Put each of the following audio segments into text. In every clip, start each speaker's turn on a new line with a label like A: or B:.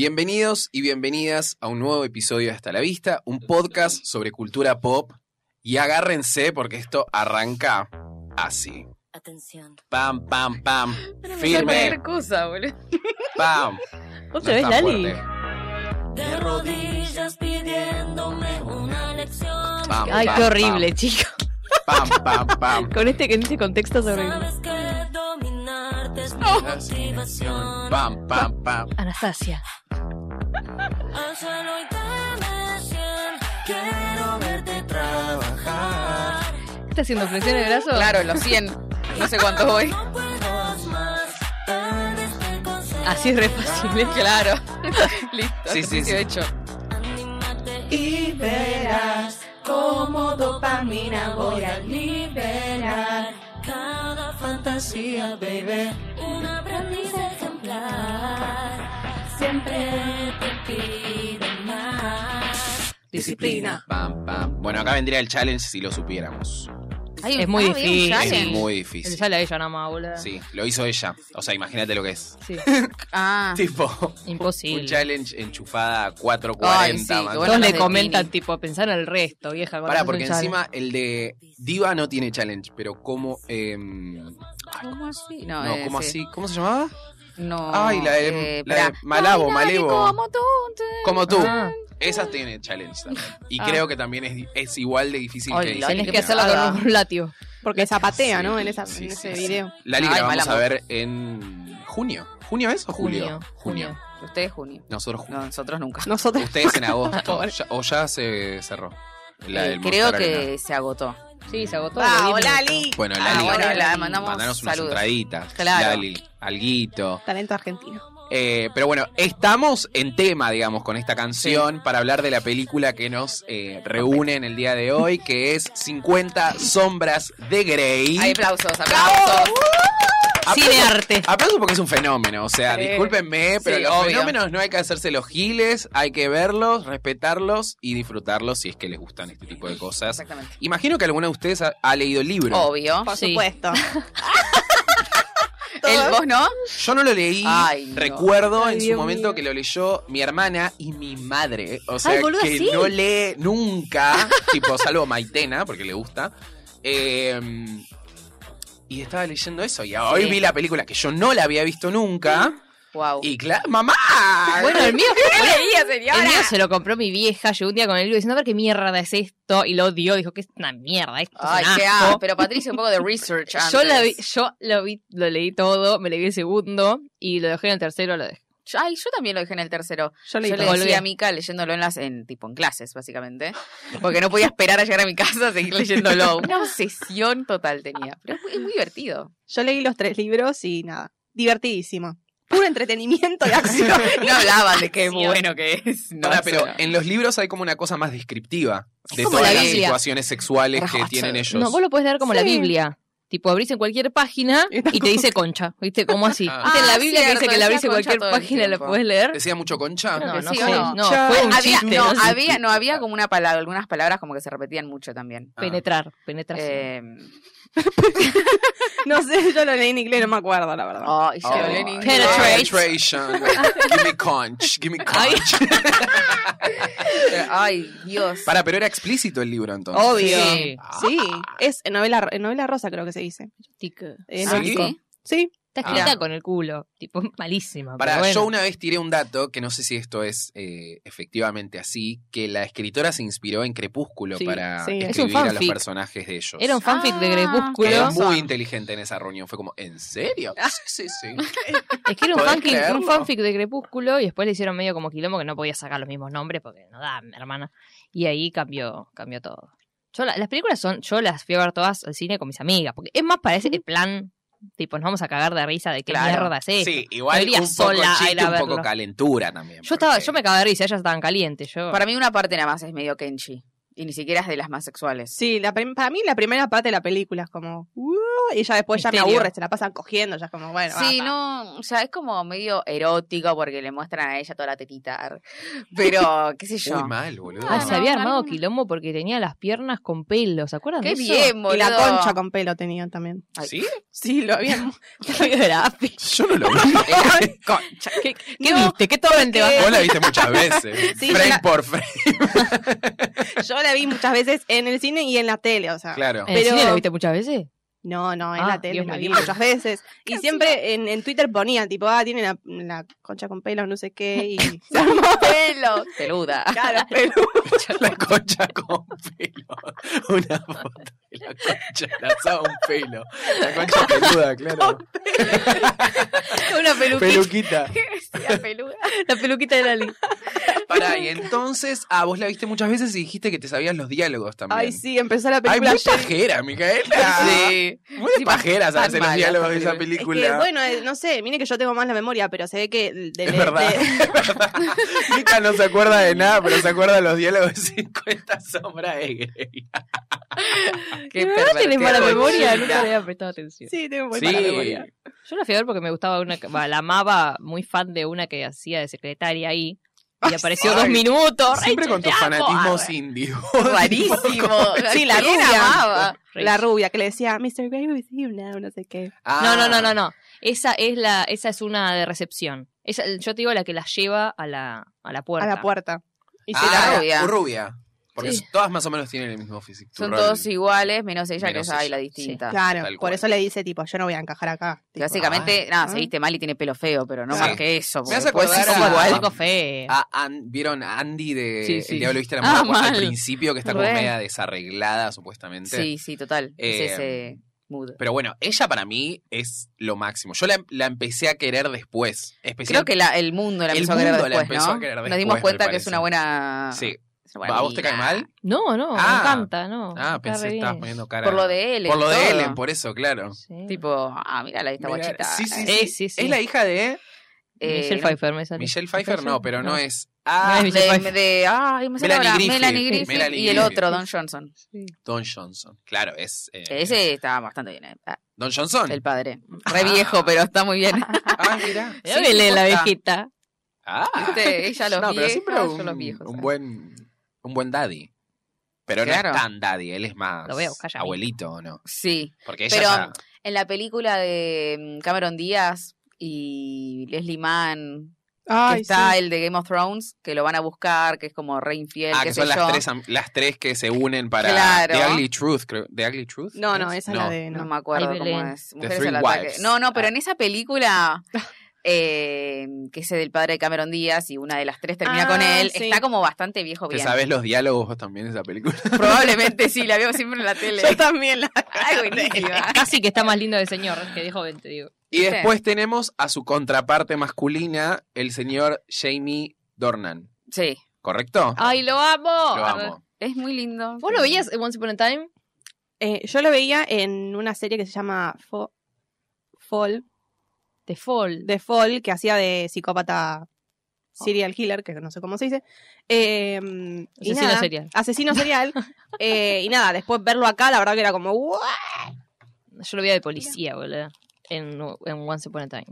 A: Bienvenidos y bienvenidas a un nuevo episodio de Hasta la Vista, un podcast sobre cultura pop. Y agárrense porque esto arranca así.
B: Atención.
A: Pam, pam, pam.
C: Ahora me sale
A: Firme.
C: cualquier cosa, boludo.
A: Pam.
C: ¿Otra
A: No
C: vez
A: es tan
C: Lali?
A: fuerte.
B: De rodillas pidiéndome una lección.
A: Pam,
C: Ay,
A: pam,
C: qué horrible, chico.
A: Pam, pam, pam. pam.
C: Con este, en este contexto es horrible.
B: Sabes que dominarte es mi
C: Ah.
B: motivación.
A: Pam, pam, pam.
C: Anastasia.
B: Al suelo y dame cien. Quiero verte trabajar.
C: ¿Está haciendo flexiones de brazo?
D: Claro, los 100. No sé cuántos voy.
B: No puedo más. Tal vez te conceda
C: Así es re fácil, ¿eh?
D: Claro. Listo.
A: Sí, sí,
D: ejercicio
A: sí.
D: hecho.
B: Anímate y verás cómo dopamina voy a liberar cada fantasía, baby. Un aprendiz ejemplar siempre te pide más.
A: Pam, pam. Bueno, acá vendría el challenge si lo supiéramos.
D: Hay un-
C: Es muy
D: ah, había un
C: difícil.
D: challenge.
A: Es muy
C: Le
A: difícil.
C: sale a ella nada más, boludo.
A: Sí, lo hizo ella. O sea, imagínate lo que es.
C: Sí.
D: Ah.
A: Tipo, un
C: Imposible.
A: challenge enchufada a 4.40.
D: Ay, sí,
A: más
D: qué
A: o
D: bueno.
C: Todos
D: Buenas
C: le
D: de
C: comentan,
D: Tini.
C: tipo, pensar en el resto, vieja. cuando
A: Pará,
C: haces
A: porque
C: un challenge.
A: encima el de Diva no tiene challenge, pero como. eh,
D: ¿Cómo así?
A: no,
D: No, eh,
A: ¿cómo
D: sí.
A: así? ¿Cómo se llamaba?
D: No.
A: Ay, la de-
D: eh,
A: la de
D: pará.
A: Malabo,
D: Ay,
A: Malevo.
D: Como tú.
A: Como tú.
C: Ah.
A: Esas tienen challenge también. Y
D: Ah.
A: creo que también es, es igual de difícil
D: Ay,
A: que
D: la
C: Tenés
A: diseño.
C: que hacerlo
D: nada.
C: con un látigo.
E: Porque zapatea, ¿no? En, esa,
A: Sí,
E: en
A: sí,
E: ese
A: sí.
E: video.
A: Lali, que
D: Ay,
A: la vamos
D: mala
A: a ver en junio. ¿Junio es o julio?
C: Junio, junio.
D: Ustedes junio.
A: Nosotros junio.
D: No, nosotros nunca.
E: Nosotros.
A: Ustedes en agosto. Ya- o ya se cerró. La
D: Eh,
A: del
D: creo
A: Movistar Arena.
D: que se agotó.
C: Sí, se agotó.
D: Ah,
C: lo
D: hola,
C: vi, me gustó.
D: Lali.
A: Bueno,
D: Ah,
A: Lali,
D: bueno, la mandamos
A: mandanos unas
D: saludos.
A: entraditas.
D: Claro.
A: Lali, alguito.
E: Talento argentino.
A: Eh, pero bueno, estamos en tema, digamos, con esta canción para hablar de la película que nos eh, reúne en el día de hoy, que es 50 sombras de Grey. ¡Oh!
D: Hay aplausos, aplausos.
A: Aplausos-
C: Cine arte.
A: Aplausos porque es un fenómeno, o sea,
D: Sí.
A: discúlpenme, pero
D: Sí,
A: los
D: obvio.
A: fenómenos no hay que hacerse los giles, hay que verlos, respetarlos y disfrutarlos si es que les gustan este tipo de cosas.
D: Exactamente.
A: Imagino que alguno de ustedes ha, ha leído el libro.
D: Obvio.
E: Por
C: Sí.
E: supuesto.
D: ¿El vos no?
A: Yo no lo leí.
D: Ay, no.
A: Recuerdo
E: Ay,
A: en su
E: Dios
A: momento
E: mío.
A: que lo leyó mi hermana y mi madre. O sea,
E: Ay, boluda,
A: que
E: sí.
A: no lee nunca, tipo, salvo Maitena, porque le gusta. Eh, y estaba leyendo eso. Y hoy
D: Sí.
A: vi la película que yo no la había visto nunca.
D: Wow.
A: Y claro, ¡mamá!
C: Bueno, el mío,
D: leía,
C: el mío se lo compró mi vieja. Llegó un día con el libro diciendo, a ver qué mierda es esto. Y lo odió. Dijo, que es una mierda esto. es
D: Ay,
C: un
D: qué
C: asco".
D: asco. Pero Patricia, un poco de research antes.
C: Yo, la vi- yo lo vi, lo leí todo, me leí el segundo y lo dejé en el tercero, lo dejé.
D: Yo- Ay, yo también lo dejé en el tercero.
E: Yo leí
D: Yo le
E: todo.
C: Volví.
D: decía a Mica leyéndolo en las, en tipo en clases, básicamente. Porque no podía esperar a llegar a mi casa a seguir leyéndolo. Una obsesión total tenía. Pero es muy, es muy divertido.
E: Yo leí los tres libros y nada. Divertidísimo. Puro entretenimiento de acción.
D: No hablaban de qué bueno que es. No,
A: Pará,
D: o
A: pero
D: sea,
A: en los libros hay como una cosa más descriptiva de
C: como
A: todas
C: la
A: las
C: Biblia.
A: situaciones sexuales que tienen ellos.
C: No, vos lo podés leer como la
E: Sí.
C: Biblia. Tipo, abrís en cualquier página
E: Y está
C: y te dice concha. ¿Viste? Como así.
A: Ah.
C: ¿Viste en la
D: Ah,
C: Biblia
D: cierto,
C: que dice que la abrís
D: decía
C: en cualquier
D: concha todo el
C: página y la
D: tiempo.
C: podés leer?
A: ¿Decía mucho concha?
C: No,
D: Creo que
C: no
D: sí,
C: sé.
D: ¿o no?
C: No, fue un
D: había,
C: chiste.
D: no,
C: no sé.
D: había, no, había como una palabra, algunas palabras como que se repetían mucho también.
A: Ah.
C: Penetrar, penetrar.
D: Eh,
E: No sé, yo lo leí en inglés, no me acuerdo, la verdad.
D: oh, y yo
A: Oh,
D: lo leí en inglés.
C: Penetrate.
A: Penetration. give me conch. Give me conch.
D: Ay, Dios.
A: Para, pero era explícito el libro entonces. Ah,
E: Obvio.
C: Oh, Sí.
E: Sí. Es en novela, en novela rosa, creo que se dice.
C: Tica.
E: Eh,
A: ¿Sí?
E: no, sí.
C: Está
A: Ah.
C: escrita con el culo. Tipo, malísima.
A: Para,
C: pero Ah, bueno.
A: yo una vez tiré un dato, que no sé si esto es eh, efectivamente así, que la escritora se inspiró en Crepúsculo
C: Sí,
A: para
E: sí. Es un
A: escribir a los
C: fanfic.
A: personajes de ellos.
C: Era un fanfic Ah. de
D: Ah.
A: Era
C: Crepúsculo.
A: muy inteligente en esa reunión. Fue como, ¿en serio? Sí, sí, sí.
C: Es que era un
A: ¿Podés
C: fanfic,
A: creerlo?
C: un fanfic de Crepúsculo y después le hicieron medio como quilombo que no podía sacar los mismos nombres porque no da, hermana. Y ahí cambió, cambió todo. Yo la- las películas son, yo las fui a ver todas al cine con mis amigas, porque es más parece el plan, tipo, nos vamos a cagar de risa de qué
D: Claro.
C: mierda es esto.
A: Sí, igual
C: Podría
A: un poco
C: sola
A: chiste,
C: ir a
A: un poco
C: verlo.
A: calentura también.
C: Yo estaba,
A: porque-
C: yo me cagaba de risa, ellas estaban calientes, yo
D: Para mí una parte nada más es medio Kenchi. Y ni siquiera es de las más sexuales.
E: Sí, la prim- para mí la primera parte de la película es como, "Uh", y ya después ya me
C: Misterio.
E: aburre, se la pasan cogiendo, ya es como, bueno.
D: Sí,
E: basta.
D: no, o sea, es como medio erótico porque le muestran a ella toda la tetita. Pero, qué sé yo.
A: Muy mal, boludo.
C: Ah,
D: No,
C: se había
D: no,
C: armado
D: no, no.
C: quilombo porque tenía las piernas con pelos, ¿se acuerdan
D: qué
C: de eso?
D: bien, boludo.
E: Y la concha con pelo tenía también.
D: Ay.
A: ¿Sí?
E: Sí, lo habían. lo biografía.
A: Yo no lo vi.
E: Concha. ¿Qué,
C: ¿Qué
E: no,
C: viste? ¿Qué torrente vas?
A: Vos la viste muchas veces.
E: Sí,
A: frame
E: la-
A: por frame.
E: Yo la vi muchas veces en el cine y en la tele, o sea.
A: Claro.
C: ¿En el
E: Pero-
C: cine la viste muchas veces?
E: No, no, en
C: Ah,
E: la tele
C: Dios
E: la
C: me
E: vi
C: libre.
E: muchas veces. Y siempre en, en Twitter ponían, tipo, ah, tiene la, la concha con pelo, no sé qué. Y
D: pelo. Peluda.
E: claro, pero
A: La concha con pelo. Una foto de la concha lanzada a un pelo. La concha peluda, claro.
D: Una peluquita.
A: Peluquita.
D: Decía peluda.
C: La peluquita de Lali.
A: Pará, y entonces, ah, vos la viste muchas veces y dijiste que te sabías los diálogos también.
E: Ay, sí, empezó la
A: Ay,
E: película.
A: muy
E: ayer.
A: pajera, Micaela.
D: Sí.
A: Muy
D: Sí,
A: pajera
D: tan
A: saberse los
D: mala esa
A: diálogos de esa
E: Es que,
A: película.
E: bueno, eh, no sé, mire que yo tengo más la memoria, pero se ve que de- de-
A: Es verdad.
E: de-
A: es verdad. este, Mica no se acuerda de nada, pero se acuerda de los diálogos de 50 sombras de Grey.
D: Qué
C: ¿De verdad tenés
D: pervertida
C: mala
D: concha.
C: memoria? Nunca le había prestado atención.
E: Sí, tengo muy mala
A: Sí.
E: memoria.
C: Yo la fui a ver porque me gustaba una, que- va, la amaba, muy fan de una que hacía de secretaria ahí. Y apareció
A: ay.
C: dos minutos.
A: Siempre
C: Rachel,
A: con
C: te
A: tus
C: amo.
A: fanatismos
C: Ah,
A: indios.
D: Rarísimo.
E: Sí, la
D: ¿Quién
E: rubia.
D: amaba?
E: La rubia que le decía, Mr. Baby with you now, no sé qué.
A: Ah.
C: No, no, no, no, no. Esa es la, esa es una de recepción. Esa, yo te digo la que la lleva a la, a la puerta.
E: A la puerta. Y se
A: Ah,
E: la-
D: rubia.
A: rubia. Porque
C: Sí.
A: todas más o menos tienen el mismo físico.
D: Son todos iguales, menos ella
A: Menos
D: que es ay,
A: ella.
D: la distinta.
A: Tal
E: Claro, por
A: cual.
E: eso le dice, tipo, yo no voy a encajar acá.
D: Que
E: Tipo,
D: Básicamente,
A: Ay.
D: nada, se viste mal y tiene pelo feo, pero no
A: Sí.
D: más que eso.
A: Me hace
D: porque puede
A: acordar
D: ser
A: a-
D: igual.
C: Chico feo.
A: Ah, An- ¿Vieron a Andy de
C: Sí, sí.
A: El Diablo Viste a la
D: Ah,
A: Moda al
D: mal.
A: principio? Que está como
D: Re.
A: media desarreglada, supuestamente.
D: Sí, sí, total.
A: Eh,
D: es ese mood.
A: Pero bueno, ella para mí es lo máximo. Yo la, la empecé a querer después.
D: Creo
A: Especial-
D: que la- el mundo la
A: El
D: empezó a querer
A: mundo la
D: después,
A: empezó
D: ¿no?
A: a querer
D: Nos
A: después,
D: dimos
A: me
D: cuenta que es
A: parece.
D: una buena.
A: Sí.
D: es una buena
A: ¿A vos te cae
D: mina.
A: mal?
C: No, no,
A: Ah.
C: me encanta, no.
A: Ah,
C: Está
A: pensé
C: re
A: que estabas
C: bien.
A: poniendo cara.
D: Por lo de él.
A: Por lo de
D: todo.
A: Ellen, por eso, claro.
C: Sí.
D: Tipo, ah, mira la esta
A: Mira,
D: guachita.
A: sí, sí,
C: Eh, sí, sí.
A: Es la hija de
D: Eh,
C: Michelle
D: no-
C: Pfeiffer me sale.
A: Michelle Pfeiffer, no, pero no
C: No.
A: es.
C: No
A: Ah,
C: es Michelle
D: de,
C: Pfeiffer.
D: de- ay, me sale
A: Melanie
D: ahora,
A: Griffith.
D: Melanie Griffith
A: Melanie
D: y el
A: Griffith.
D: otro, Don Johnson.
A: Don Johnson. Claro, es. eh, Ah.
D: Que Ese estaba bastante bien, eh. Ah,
A: Don Johnson.
D: el padre. Re viejo, pero está muy bien.
A: Ah, mira.
C: Mirá
D: Sí,
C: que lee la
D: posta.
C: viejita.
A: Ah.
D: Viste, ella los
A: no, pero
D: viejos,
A: siempre
D: yo los
A: un,
D: viejos. eh.
A: un
D: ¿sabes?
A: buen, un buen daddy. Pero no
D: Claro.
A: es tan daddy, él es más
C: Lo voy a buscar ya mismo.
A: abuelito, ¿o no?
D: Sí.
A: Porque ella
D: Pero-
A: ya-
D: En la película de mm, Cameron Díaz y Leslie Mann, que
E: Ay,
D: está
E: sí.
D: el de Game of Thrones, que lo van a buscar, que es como re infiel,
A: Ah,
D: qué
A: que
D: sé
A: son las
D: yo.
A: tres, am- las tres que se unen para
D: Claro.
A: The Ugly Truth, creo. ¿The Ugly Truth?
E: No, no, esa es la de...
D: No
E: No.
D: me acuerdo
C: Ay,
D: cómo
C: Belén.
D: es. Mujeres
A: Three
D: al ataque.
A: Wives.
D: No, no, pero
A: Ah.
D: en esa película, eh, que es del padre de Cameron Díaz y una de las tres termina
E: Ah,
D: con él,
E: sí.
D: está como bastante viejo
A: ¿Te
D: bien.
A: sabes los diálogos vos también de esa película?
D: Probablemente sí, la veo siempre en la tele.
E: Yo también la...
D: Ay, buenísima.
C: Casi que está más lindo el señor que de joven, te digo.
A: Y
D: ¿Viste?
A: después tenemos a su contraparte masculina, el señor Jamie Dornan.
D: Sí,
A: ¿Correcto?
C: ¡Ay, lo amo!
A: Lo amo.
D: es muy lindo.
C: ¿Vos lo veías en Once Upon a Time?
E: Eh, yo lo veía en una serie que se llama Fo- Fall,
C: The Fall.
E: de Fall, que hacía de psicópata serial killer, que no sé cómo se dice. Eh, y
C: Asesino
E: nada,
C: serial.
E: Asesino serial. Eh, y nada, después verlo acá, la verdad que era como... "What?".
C: Yo lo veía de policía, boludo. En, en Once Upon a Time.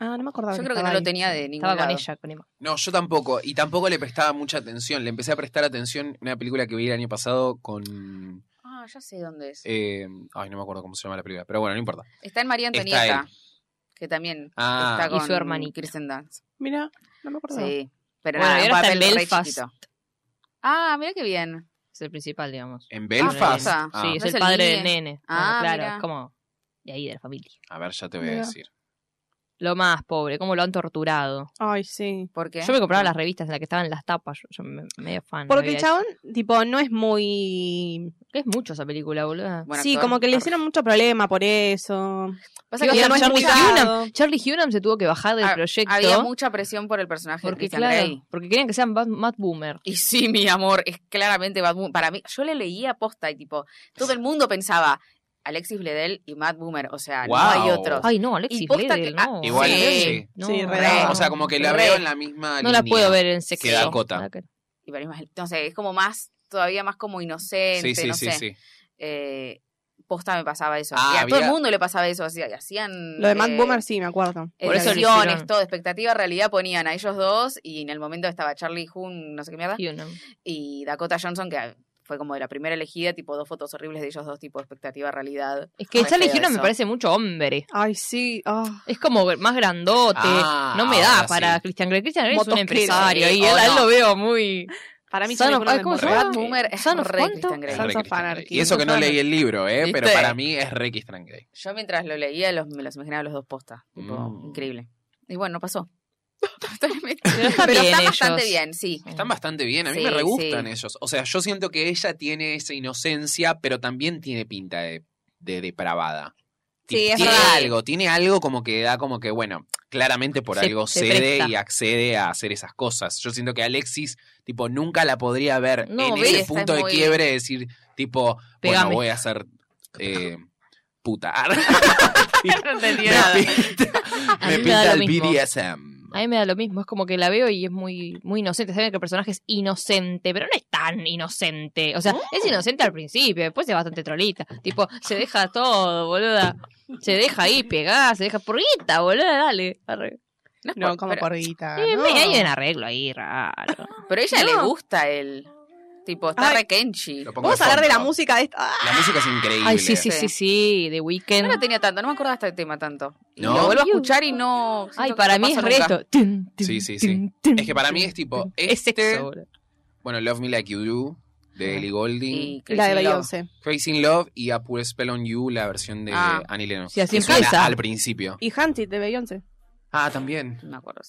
E: Ah, no me acordaba.
D: Yo creo que
E: estaba
D: no lo
E: ahí.
D: tenía de ningún
C: Estaba con
D: lado.
C: ella, con Emma.
A: No, yo tampoco. Y tampoco le prestaba mucha atención. Le empecé a prestar atención a una película que vi el año pasado con...
D: Ah, ya sé dónde es.
A: eh, ay, no me acuerdo cómo se llama la película. Pero bueno, no importa.
D: Está en María
A: está
D: Antonieta,
A: él.
D: que también
A: Ah,
D: está
C: Y
D: con
C: su hermanita.
D: Kirsten Dunst.
E: Mira, no me acordaba.
D: Sí, pero
C: Bueno,
D: nada,
C: y
D: un
C: ahora está
D: papel
C: en
D: re
C: Belfast.
D: chiquito. Ah, mira qué bien.
C: Es el principal, digamos.
A: ¿En Belfast?
D: Ah,
A: Ah,
C: Sí, es
D: No es
C: el
D: el
C: padre
D: niño.
C: del nene.
D: Ah,
C: Bueno, claro,
D: mira.
C: es como de ahí, de la familia.
A: Ah, A ver, ya te voy a
E: Mira.
A: decir.
C: Lo más pobre, cómo lo han torturado.
E: Ay, sí.
D: ¿Por qué?
C: Yo me compraba las revistas en las que estaban las tapas. Yo, yo me, medio fan.
E: Porque el
C: había
E: chabón, tipo, no es muy...
C: hecho. Que es mucho esa película, boludo.
D: Buen
E: sí,
D: actor.
E: como que le
D: Arre.
E: hicieron mucho problema por eso.
D: Pasa
E: Iba
D: que ya
E: a ser
D: no es
E: Charlie
D: mucha-
E: Hunnam.
C: Charlie Hunnam se tuvo que bajar del
D: Ah,
C: proyecto.
D: Había mucha presión por el personaje de
C: porque,
D: Christian
C: claro,
D: Grey.
C: porque querían que sean Bad, Mad Boomer.
D: Y sí, mi amor, es claramente Bad Moon. Para mí, yo le leía posta y tipo, todo el mundo pensaba Alexis Bledel y Matt Boomer, o sea, no
A: Guau.
D: hay otros.
C: Ay, no, Alexis
D: Y posta
C: Bledel,
D: que- ah,
C: no.
A: Igual,
D: Sí.
A: sí.
C: No,
E: Sí, re.
A: Ah,
D: No.
A: O sea, como que la
D: Re.
A: veo en la misma
C: no la
A: línea.
C: puedo ver en sexo.
A: Dakota.
C: que-
D: Y para mí más- entonces, es como más todavía más como
A: Sí,
D: inocente,
A: sí,
D: no
A: sí,
D: sé.
A: sí.
D: Eh, posta me pasaba eso.
A: Ah,
D: y a todo el
A: había-
D: mundo le pasaba eso. Así, hacían.
E: Lo de Matt
D: eh,
E: Boomer sí, me acuerdo.
C: Por eso lo
D: elecciones,
C: hicieron.
D: todo, expectativa, realidad ponían a ellos dos y en el momento estaba Charlie Hoon, no sé qué mierda,
C: Y uno.
D: y Dakota Johnson, que fue como de la primera elegida, tipo dos fotos horribles de ellos dos, tipo expectativa, realidad.
C: Es que
D: Re
C: Charlie
D: feo
C: Hunnam me
D: eso.
C: parece mucho hombre.
E: Ay, sí. ah.
C: Es como más grandote.
A: Ah,
C: no me
A: ahora
C: da
A: sí. Oh,
C: para Christian Grey. Christian Grey es un
E: Motoquero.
C: empresario
D: Sí,
C: y él,
D: o
C: a él
D: no.
C: lo veo muy.
E: Para mí
C: Son
E: siempre
C: of-
E: uno
C: ay,
E: del
C: ¿cómo se
E: morro.
D: Bad
C: llama?
D: Boomer es
C: ¿Son of
D: re
C: cuánto?
D: Christian Grey.
A: Es re
E: Sons of
A: Christian Grey.
E: Anarchy.
A: Y eso que no
E: Sons of
A: leí el libro, ¿eh? Pero
D: ¿Viste?
A: para mí es re Christian Grey.
D: Yo mientras lo leía los, me los imaginaba los dos postas, tipo,
A: Mm.
D: increíble. Y bueno, no pasó.
C: Pero está
D: Pero
C: bien
D: está
C: ellos.
D: bastante bien, sí.
A: Están bastante bien, a mí
D: Sí,
A: me re gustan
D: sí.
A: ellos. O sea, yo siento que ella tiene esa inocencia, pero también tiene pinta de, de depravada. Ti-
E: Sí, es
A: tiene
D: verdad.
A: algo, tiene algo como que da como que, bueno, claramente por
C: Se-
A: algo
C: se
A: cede
C: presta.
A: y accede a hacer esas cosas. Yo siento que Alexis, tipo, nunca la podría ver
C: No,
A: en
C: ve,
A: ese
D: está
A: punto de
D: muy-
A: quiebre, de decir, tipo,
C: Pegame.
A: bueno, voy a ser eh, puta.
D: No entendí
A: me pinta,
C: A
A: me
C: mí me
A: pinta
C: da
A: el
C: lo mismo.
A: BDSM.
C: A mí me da lo mismo, es como que la veo y es muy, muy inocente. Saben que el personaje es inocente, pero no es tan inocente. O sea, es inocente al principio, después es bastante trolita. Tipo, se deja todo, boluda. Se deja ahí pegada, se deja purguita, boluda, dale. Arre.
E: No,
D: por-
E: como
D: pero-
E: por
A: Ah,
E: guita.
C: Eh,
E: no.
C: me- hay un arreglo ahí raro.
D: Pero a ella
E: No.
D: le gusta el. Tipo, está
E: Ay.
D: re Kenchi.
A: Lo
D: No
A: pongo
E: Vamos a hablar de la
A: fondo.
E: música de esta. ¡Ah!
A: La música es increíble.
C: Ay, sí, sí,
D: Sí.
C: sí, sí, de Weekend.
D: la tenía tanto, no me acordaba de este tema tanto. Y
A: ¿No?
D: lo vuelvo a escuchar y no. siento
C: Ay,
D: que
C: para
D: no
C: mí es
D: pasa nunca.
C: reto. Tun, tun,
A: Sí, sí, sí.
C: tun, tun,
A: Es que para mí
C: tun,
A: es tipo,
C: tun. Es
A: este-
C: sexo, boluda.
A: Bueno, Love Me Like You Do de Ellie Goulding,
D: Y
E: Y la de
D: Crazy Love.
E: Beyoncé.
A: Crazy in Love y A Poor Spell on You, la versión de
D: Ah.
A: Annie Lennox.
C: Sí, así
A: que suena
C: empieza.
A: Al principio.
E: Y Hunted de Beyoncé.
A: Ah, también.
D: No me acuerdo.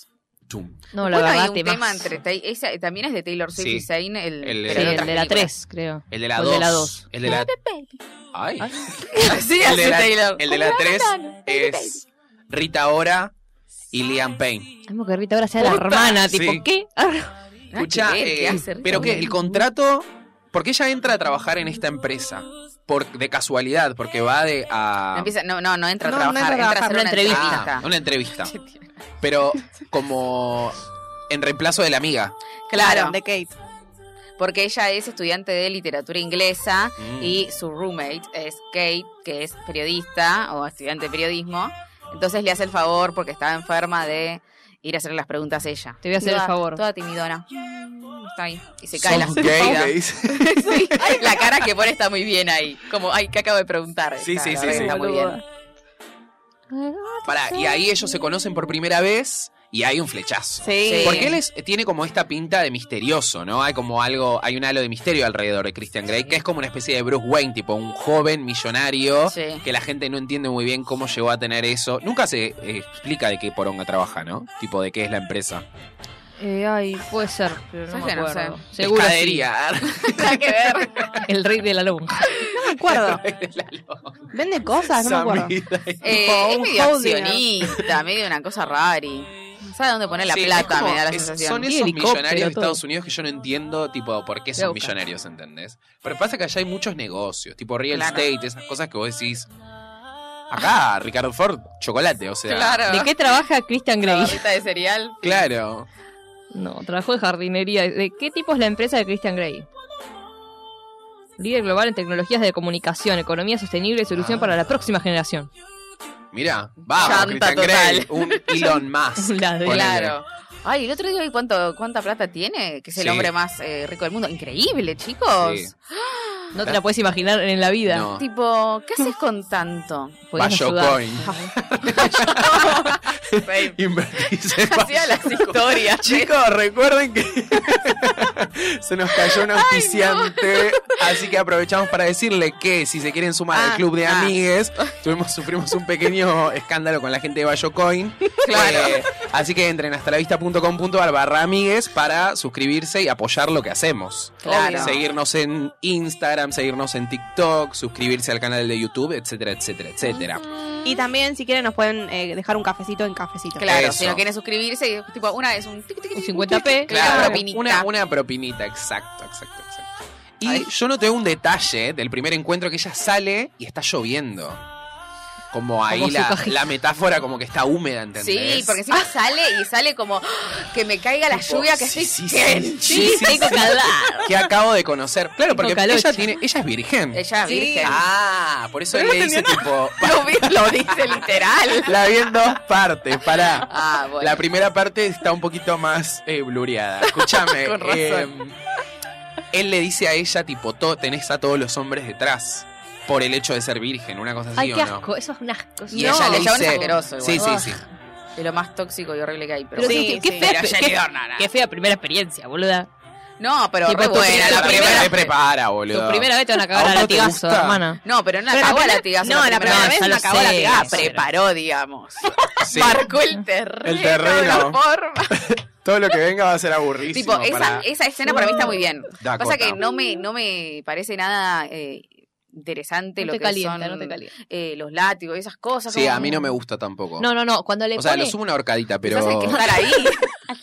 A: Chum.
C: No, la
D: bueno,
C: verdad,
D: hay un tema
C: temas.
D: entre. ta- esa- también es de Taylor Swift
A: Sí.
D: y Zayn, el,
A: El de-
D: pero
C: Sí,
D: de
C: el
D: otras
C: de la
D: películas.
C: 3, creo.
A: El de la
C: O el de la
A: 2. El de la Ay.
C: Ay.
D: Así
A: El de
D: hace
A: la-
D: Taylor.
A: El de la 3 es Rita Ora y Liam Payne.
C: Es como que Rita ahora sea la hermana, tipo,
A: Sí.
C: ¿qué?
D: Ah,
A: Escucha,
D: qué ver, qué
A: eh,
D: hace Rita
A: pero que
D: Ora.
A: el contrato. Porque ella entra a trabajar en esta empresa. Por, de casualidad, porque va de a.
D: No, empieza- no, no, no entra a
E: No, no
D: trabajar, entra
E: entra a
D: a
E: trabajar,
D: hacer
C: una
D: una
A: Ah,
D: entrevista.
A: una entrevista. Pero como en reemplazo de la amiga.
D: Claro,
E: De Kate.
D: porque ella es estudiante de literatura inglesa
A: Mm.
D: y su roommate es Kate, que es periodista o estudiante de periodismo. Entonces le hace el favor porque estaba enferma de ir a hacer las preguntas ella.
C: Te voy a hacer el
D: Toda-
C: favor.
D: Toda timidona. Mm, Está ahí. Y se cae la
A: Sos gay,
D: caída.
A: le dice.
D: Sí, La cara que pone está muy bien ahí. Como, ay, ¿qué acabo de preguntar?
A: Sí,
D: Está-
A: sí,
D: la
A: sí,
D: verdad
A: sí.
D: Está muy bien.
A: Pará, y ahí ellos se conocen por primera vez y hay un flechazo.
E: Sí.
D: ¿Por
A: Porque él es- tiene como esta pinta de misterioso, ¿no? Hay como algo, hay un halo de misterio alrededor de Christian Grey, que es como una especie de Bruce Wayne, tipo un joven millonario,
D: Sí.
A: que la gente no entiende muy bien cómo llegó a tener eso. Nunca se eh, explica de qué poronga trabaja, ¿no? Tipo de qué es la empresa.
C: Eh, ay, puede ser, pero no
D: ¿Sabes
C: me
D: que no
C: acuerdo.
D: sé?
C: Seguro sí.
A: Pescadería.
D: Nada que ver.
C: El rey de la lonja.
E: No me acuerdo. Vende cosas, no me acuerdo.
A: Esa vida.
D: Eh, es
E: un
D: medio
E: holding.
D: accionista, medio una cosa rari. No sabe dónde poner la
A: Sí, es
D: plata,
A: como-
D: me da la
A: es-
D: sensación.
A: Son
C: Y
A: esos
C: helicóptero,
A: millonarios de
C: todo.
A: Estados Unidos que yo no entiendo, tipo, por qué son
C: Loca.
A: millonarios, ¿entendés? Pero pasa que allá hay muchos negocios, tipo real
D: Claro.
A: estate, esas cosas que vos decís. Acá, Ricardo Ford, chocolate, o sea.
D: claro.
C: ¿De qué trabaja Christian
D: La
C: Grey?
D: barrita de cereal.
A: Claro.
C: No, trabajó de jardinería. ¿De qué tipo es la empresa de Christian Grey? Líder global en tecnologías de comunicación, economía sostenible y solución
A: Ah.
C: para la próxima generación.
A: Mira, vamos,
D: Chanta
A: Christian Grey, un Elon Musk.
C: Un ladrón.
A: ponele.
D: Claro. Ay, el otro día vi cuánto, cuánta plata tiene, que es el
A: Sí.
D: hombre más eh, rico del mundo. Increíble, chicos.
A: Sí. Ah.
C: No te la puedes imaginar en la vida.
A: No.
D: Tipo, ¿qué haces con tanto?
C: Podrías
A: Bayo
C: ayudar.
A: Coin. Invertís en
D: Hacía las historias. ¿eh?
A: Chicos, recuerden que se nos cayó un auspiciante, así que aprovechamos para decirle que si se quieren sumar al
D: Ah,
A: club de
D: ah.
A: amigues, tuvimos, sufrimos un pequeño escándalo con la gente de Bayocoin.
D: Claro.
A: Eh, así que entren hasta la vista.com.ar barra amigues para suscribirse y apoyar lo que hacemos.
D: Claro.
A: Seguirnos en Instagram, seguirnos en TikTok, suscribirse al canal de YouTube, etcétera, etcétera, etcétera.
E: Y también, si quieren, nos pueden eh, dejar un cafecito en cafecito.
D: Claro,
A: Eso.
D: si no quieren suscribirse, y, tipo, una es un, tic, tic, tic,
C: Un
D: Claro,
C: 50p.
E: Claro.
D: propinita.
A: Una, una propinita, exacto, exacto, exacto. Y
D: Ay.
A: yo noté un detalle del primer encuentro que ella sale y está lloviendo. como ahí
C: su
A: la,
C: cajita.
A: la metáfora como que está húmeda, ¿entendés?
D: Sí, porque encima sale y sale como "Ah, que me caiga la
A: Tipo,
D: lluvia que
A: sí,
D: estoy
A: sí, sí,
D: bien.
A: sí, sí,
C: tengo
A: sí.
C: que hablar.
A: Que acabo de conocer. Claro, porque
C: Tipo calocha.
A: ella tiene, ella es virgen.
D: Ella
E: Sí.
D: virgen.
A: Ah, por eso él le dice tipo,
D: Lo, vi- lo dice literal.
A: la vi en dos partes, pará.
D: Ah, bueno.
A: La primera parte está un poquito más eh, blureada. Escúchame.
D: Con razón.
A: eh, él le dice a ella, tipo, "To- tenés a todos los hombres detrás por el hecho de ser virgen, una cosa así
C: Ay,
A: o
C: qué
A: no.
C: asco. Eso es un asco.
A: Y
D: No,
A: ella le
D: el chabón es
A: dice.
D: asqueroso
A: sí, sí,
D: igual.
A: sí.
D: De lo más tóxico y horrible que hay. Pero,
C: Pero
D: bueno.
C: qué,
E: sí,
C: qué
E: sí.
D: Pero
C: fea, qué-
D: Jenny Dornan, ah.
C: qué fea primera experiencia, boluda.
D: No, pero
C: Tipo,
D: re
C: tu
D: buena
C: pri-
D: la
C: tu
A: primera
D: primera.
A: te prepara, boludo.
C: Tu primera vez te van a
A: ¿A
C: cagar
A: vos
C: a
A: no te
C: latigazo,
A: gusta?
C: hermana.
D: No, pero no la
C: Pero la
D: cagó a
C: primera-
D: latigazo.
C: no, la primera
D: vez
C: vez
D: no la
C: ya
D: cagó
C: lo
D: a
C: sé,
D: latigazo.
C: pero-
D: Preparó, digamos.
A: Sí.
D: Marcó el terreno,
A: El terreno.
D: de una forma.
A: Todo lo que venga va a ser aburrísimo.
D: tipo, esa,
A: para
D: esa escena para mí está muy bien.
A: Dakota.
D: Pasa que no me, no me parece nada eh, interesante
C: No
D: lo
C: te
D: que
C: calienta,
D: son
C: no te calienta.
D: eh, los látigos y esas cosas.
A: Sí, a mí no me gusta tampoco.
C: No, no, no. Cuando le
A: o sea,
C: pone
A: lo sumo una horcadita, pero.
D: Pero... hay que estar ahí.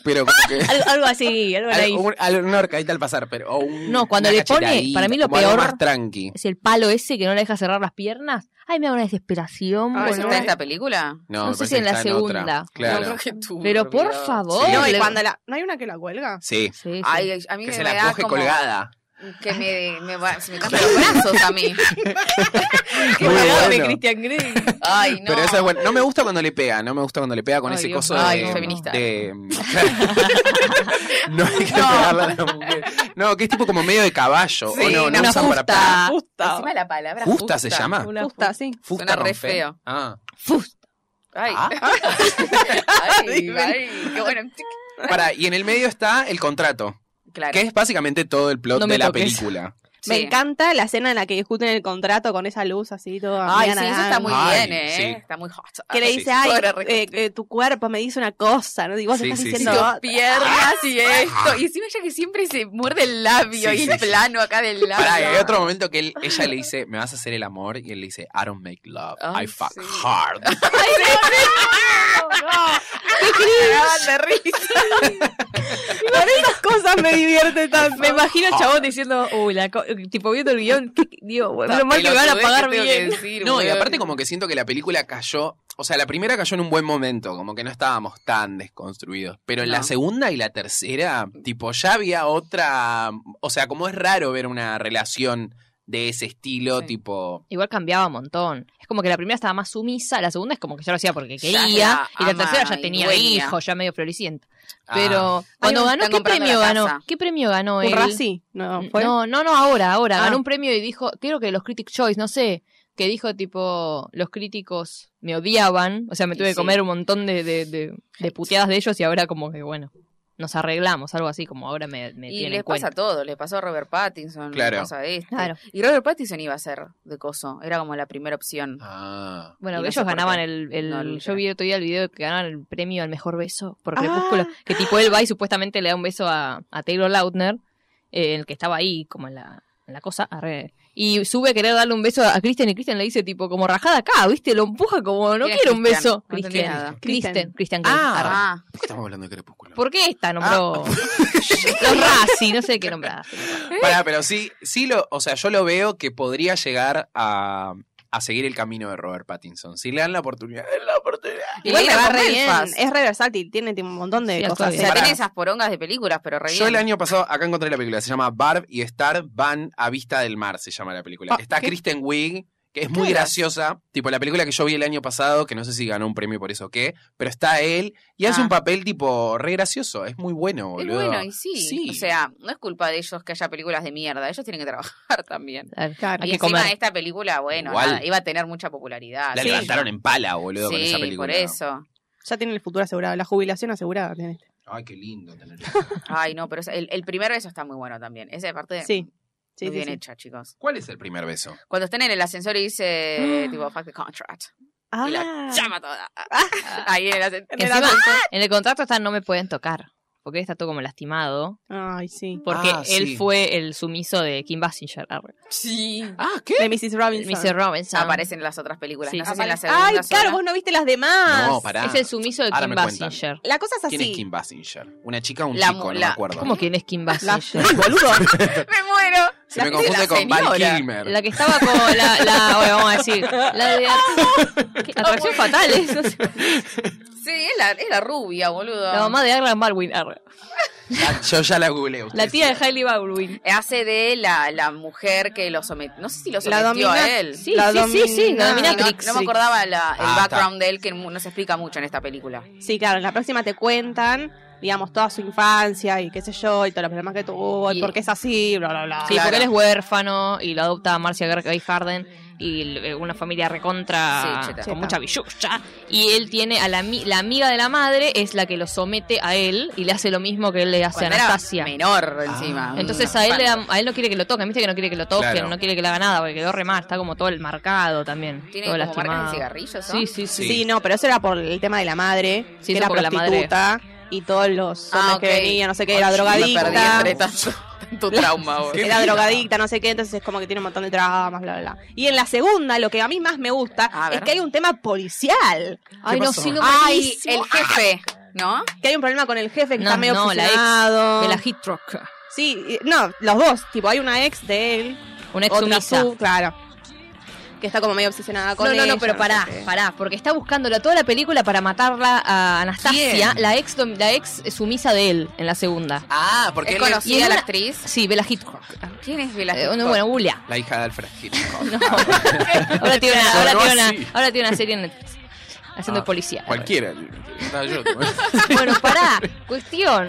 A: Pero como que.
C: algo, algo así, algo
A: al-
C: ahí.
A: un- al- una horcadita al pasar, pero. o un-
C: No, cuando
A: una
C: le pone,
A: cachetadita,
C: para mí lo
A: como algo
C: peor-
A: más tranqui.
C: Es el palo ese que no le deja cerrar las piernas. Ay, me da una desesperación,
E: Ay,
D: ¿Vos
C: boludo.
D: está en esta película?
A: No,
C: No
A: me
C: sé
A: parece
C: si en
A: que
C: la
A: está otra.
C: segunda.
A: Claro.
D: que tú,
C: Pero por
D: cuidado.
C: favor.
E: No, y
C: le-
E: cuando la. ¿No hay una que la cuelga?
A: Sí.
C: Sí, sí.
D: Ay, a mí
A: Que
D: me,
A: se
D: me
A: la
D: da
A: coge
D: como
A: colgada.
D: que me, me, va- se me cantan los brazos a mí.
A: Muy bueno.
C: Christian Grey.
D: Ay, no.
A: Pero eso es bueno. No me gusta cuando le pega, no me gusta cuando le pega con
C: Ay,
A: ese
C: Dios.
A: coso
D: Ay,
A: de.
D: feminista.
A: de- no hay que
D: No.
A: pegarle a la mujer. No, que es tipo como medio de caballo.
D: Sí,
A: o no, no
D: una
A: usan para
C: fusta.
A: pegar.
C: Ah,
E: Justa.
D: Encima la palabra
A: ¿Justa se llama?
C: Una
E: Justa, sí.
A: Fusta
D: Suena re
A: rompe.
D: feo.
A: Ah.
D: Ay.
A: Ah.
D: ay,
E: Dime.
D: ay, qué bueno.
A: Pará, y en el medio está el contrato,
D: Claro.
A: que es básicamente todo el plot
C: No me
A: de la
C: toques.
A: película.
E: Me
D: Sí.
E: encanta la escena en la que discuten el contrato con esa luz así, toda.
D: Ay,
E: media
D: sí, eso
E: naranja.
D: está muy
A: Ay,
D: bien, ¿eh?
A: sí.
D: Está muy hot.
E: Que le
A: Sí,
E: dice,
A: sí.
E: ay,
D: Todo era re-
E: eh, eh, tu cuerpo me dice una cosa, ¿no? Y vos
A: Sí,
E: estás
A: sí,
E: diciendo "Ah,
A: sí.
E: otra.
D: piernas y esto. Y encima ella que siempre se muerde el labio
A: Sí,
D: y
A: sí,
D: el
A: sí.
D: plano acá del labio.
A: Pará, ¿eh? y hay otro momento que él- ella le dice, me vas a hacer el amor, y él le dice, I don't make love,
D: Ay,
A: I fuck
D: sí.
A: hard.
D: de risa.
E: Por esas cosas me divierte tanto.
C: Me imagino el chabón diciendo, uy, la co- tipo viendo el guión, que- digo, bueno, menos mal ¿eh? que me van a pagar bien.
A: No, y aparte como que siento que la película cayó, o sea, la primera cayó en un buen momento, como que no estábamos tan desconstruidos, pero en la
D: No.
A: segunda y la tercera, tipo, ya había otra, o sea, como es raro ver una relación de ese estilo,
D: Sí.
A: tipo...
C: Igual cambiaba un montón. Es como que la primera estaba más sumisa, la segunda es como que ya lo hacía porque
D: Ya
C: quería,
D: era
C: y la
D: ama
C: tercera ya
D: y
C: tenía
D: dueña.
C: hijos, ya medio floricienta.
A: ah,
C: Pero cuando
D: me
C: ganó,
D: están
C: ¿qué
D: comprando
C: premio
D: la
C: ganó?
D: casa.
C: ¿Qué premio ganó
E: Un
C: él?
E: Razzie, ¿no fue?
C: No, no, no, ahora, ahora.
E: Ah.
C: Ganó un premio y dijo, creo que los Critic Choice, no sé, que dijo tipo, los críticos me odiaban, o sea, me
D: Y
C: tuve que
D: sí.
C: comer un montón de, de, de- de puteadas de ellos y ahora como que, bueno, nos arreglamos, algo así, como ahora me, me
D: Y
C: tienen
D: les
C: en cuenta.
D: pasa todo, le pasó a Robert Pattinson, le
A: Claro.
D: pasa a este.
C: Claro.
D: Y Robert Pattinson iba a ser de coso, era como la primera opción.
A: Ah,
D: Y
C: Bueno,
D: no sé
C: ellos
D: por
C: ganaban
D: qué.
C: el, el-
D: No, literal.
C: yo vi otro día el video que ganaban el premio al mejor beso por
E: Ah.
C: Crepúsculo, que tipo él va y supuestamente le da un beso a, a Taylor Lautner, eh, el que estaba ahí como en la, en la cosa, arre. y sube a querer darle un beso a Kristen y Kristen le dice tipo como rajada acá, ¿viste? Lo empuja como no
D: ¿Quién es
C: quiero un
D: Christian?
C: beso.
D: No entendí
C: Kristen,
D: nada.
C: Kristen,
E: Kristen.
C: Kristen Grey, arre.
A: ah,
D: Ah,
A: ¿por qué estamos hablando de Crepúsculo?
C: ¿Por qué esta nombró? Los Razzie, no sé qué nombrar.
A: Pará, pero sí, sí lo, o sea, yo lo veo que podría llegar a, a seguir el camino de Robert Pattinson. Si le dan la oportunidad, denle la oportunidad.
E: Igual le va re bien.
D: Belfast.
E: Es re versátil, tiene tipo, un montón de
C: Sí, actúa
E: cosas.
D: O
C: bien.
D: sea,
A: Pará.
D: tiene esas porongas de películas, pero re
A: Yo el
D: bien.
A: año pasado acá encontré la película, se llama Barb y Star van a vista del mar, se llama la película.
E: Ah,
A: Está
E: ¿qué?
A: Kristen Wiig, que es muy
E: Claro.
A: graciosa, tipo la película que yo vi el año pasado, que no sé si ganó un premio por eso o qué, pero está él y hace
D: Ah.
A: un papel tipo re gracioso, es muy bueno,
D: Es
A: boludo.
D: bueno, y sí.
A: Sí.
D: O sea, no es culpa de ellos que haya películas de mierda, ellos tienen que trabajar también.
E: Claro.
C: Hay
D: y
C: que
D: encima
C: comer.
D: esta película, bueno,
A: Igual.
D: nada, iba a tener mucha popularidad.
A: la
D: Sí.
A: levantaron en pala, boludo, con
D: Sí,
A: esa película.
D: por eso.
E: Ya tiene el futuro asegurado, la jubilación asegurada. este. tiene.
A: Ay, qué lindo tener
D: Ay, no, pero es- el, el primer beso está muy bueno también. Esa parte
E: Sí. Sí,
D: muy
E: sí,
D: bien
E: sí.
D: hecha, chicos.
A: ¿Cuál es el primer beso?
D: Cuando están en el ascensor y dice,
E: Ah.
D: tipo, fuck the contract.
E: Ah,
D: Y la llama toda. Ahí en el ascensor.
E: En el
C: Encima,
E: ascensor.
C: En el contrato está no me pueden tocar. porque él está todo como lastimado,
E: Ay, sí.
C: porque
A: Ah,
C: él
A: sí.
C: fue el sumiso de Kim Basinger, arre.
D: Sí.
A: Ah, ¿qué?
E: De Mrs. Robinson.
C: Mr. Robinson.
D: Aparecen las otras películas.
C: Sí.
D: No sé si en la
E: Ah. Apare-
D: segunda
E: Ay,
D: sola.
E: claro, vos no viste las demás.
A: No, pará.
C: Es el sumiso de
A: Ahora
C: Kim
A: me cuentan.
C: Basinger.
E: La cosa es así.
A: ¿Quién es Kim Basinger? ¿Una chica o un
D: La
A: chico? No me
D: mula.
A: acuerdo.
C: ¿Cómo quién es Kim
E: La-
C: Basinger?
E: Ay, boludo.
D: Me muero.
A: Se me
D: La-
A: confunde
D: la
A: con Val
D: señora.
A: Kilmer.
C: La que estaba como la, la bueno, vamos a decir, la de ¿Qué? atracción fatal, es, o sea,
D: Sí, es la, es la rubia, boludo.
C: la mamá de Arlan Baldwin, arre.
A: Ah, Yo ya la googleé.
C: la tía de Hailey Baldwin.
D: Hace de la, la mujer que lo sometió. No sé si lo
E: La
D: sometió
E: domina.
D: a él.
C: Sí,
E: La
C: sí, sí, sí,
E: domina-
C: la
D: No, no,
C: dominatrix.
D: no me acordaba la- el
A: Ah,
D: background de él, que no se explica mucho en esta película.
E: Sí, claro, en la próxima te cuentan, digamos, toda su infancia y qué sé yo, y todos los problemas que tuvo, y
C: Y-
E: por qué es así, bla, bla, bla.
C: Sí, porque él es huérfano y lo adopta Marcia Gay Harden y l- eh, una familia recontra
D: Sí, cheta.
C: con
E: Cheta.
C: mucha billulla. Y él tiene a la, ami- la amiga de la madre, es la que lo somete a él y le hace lo mismo que él le hace
D: Cuando
C: a
D: era
C: Anastasia.
D: menor
A: Ah.
D: encima.
C: Entonces
D: Un
C: a él, le da-
D: espanto.
C: a él no quiere que lo toquen, viste que no quiere que lo toquen,
A: Claro.
C: no quiere que le haga nada, porque quedó re mal, está como todo el marcado también,
D: Tiene
C: todo
D: como marcas de
C: lastimado.
D: cigarrillos, ¿no?
C: Sí, sí, sí.
E: Sí. no, pero eso era por el tema de la madre,
C: Sí,
E: que
C: eso
E: era
C: porque la madre-
E: prostituta y todos los
D: Ah,
E: hombres
D: ok.
E: que venían, no sé qué,
D: Ay,
E: era
D: yo me perdí
E: drogadicta.
D: entre tanto, tanto trauma, boludo.
E: Era drogadicta, no sé qué, entonces es como que tiene un montón de traumas, bla, bla, bla. Y en la segunda, lo que a mí más me gusta
D: A
E: es
D: ver.
E: que hay un tema policial.
C: Ay, no,
A: pasó?
C: sí, no,
E: Ay,
D: El jefe, ¿no?
E: que hay un problema con el jefe que
C: No,
E: está medio
C: no, la ex
E: obsesionado.
C: de la hit rock.
E: Sí, y- no, los dos. Tipo, hay una ex de él,
C: Una ex
E: otra
C: sumisa.
E: su, claro. Que está como medio obsesionada con
C: No, no, no,
E: ella,
C: pero
E: sé
C: pará,
E: qué.
C: pará, porque está buscándola toda la película para matarla a Anastasia,
A: ¿Quién?
C: la ex, dom- la ex sumisa de él en la segunda.
A: Ah, porque
D: Es
A: él es
C: y
D: conocida
C: en
D: la
C: una-
D: actriz.
C: Sí, Bella Hitchcock.
D: ¿Quién es Bella
C: Eh,
D: Hitchcock?
C: bueno, Julia.
A: la hija de Alfred Hitchcock.
C: Ahora tiene una, ahora
A: Sonó
C: tiene una,
A: así.
C: ahora tiene una serie en Netflix. Haciendo
A: Ah,
C: policía.
A: Cualquiera. Estaba yo, ¿no?
C: Bueno, pará. Cuestión.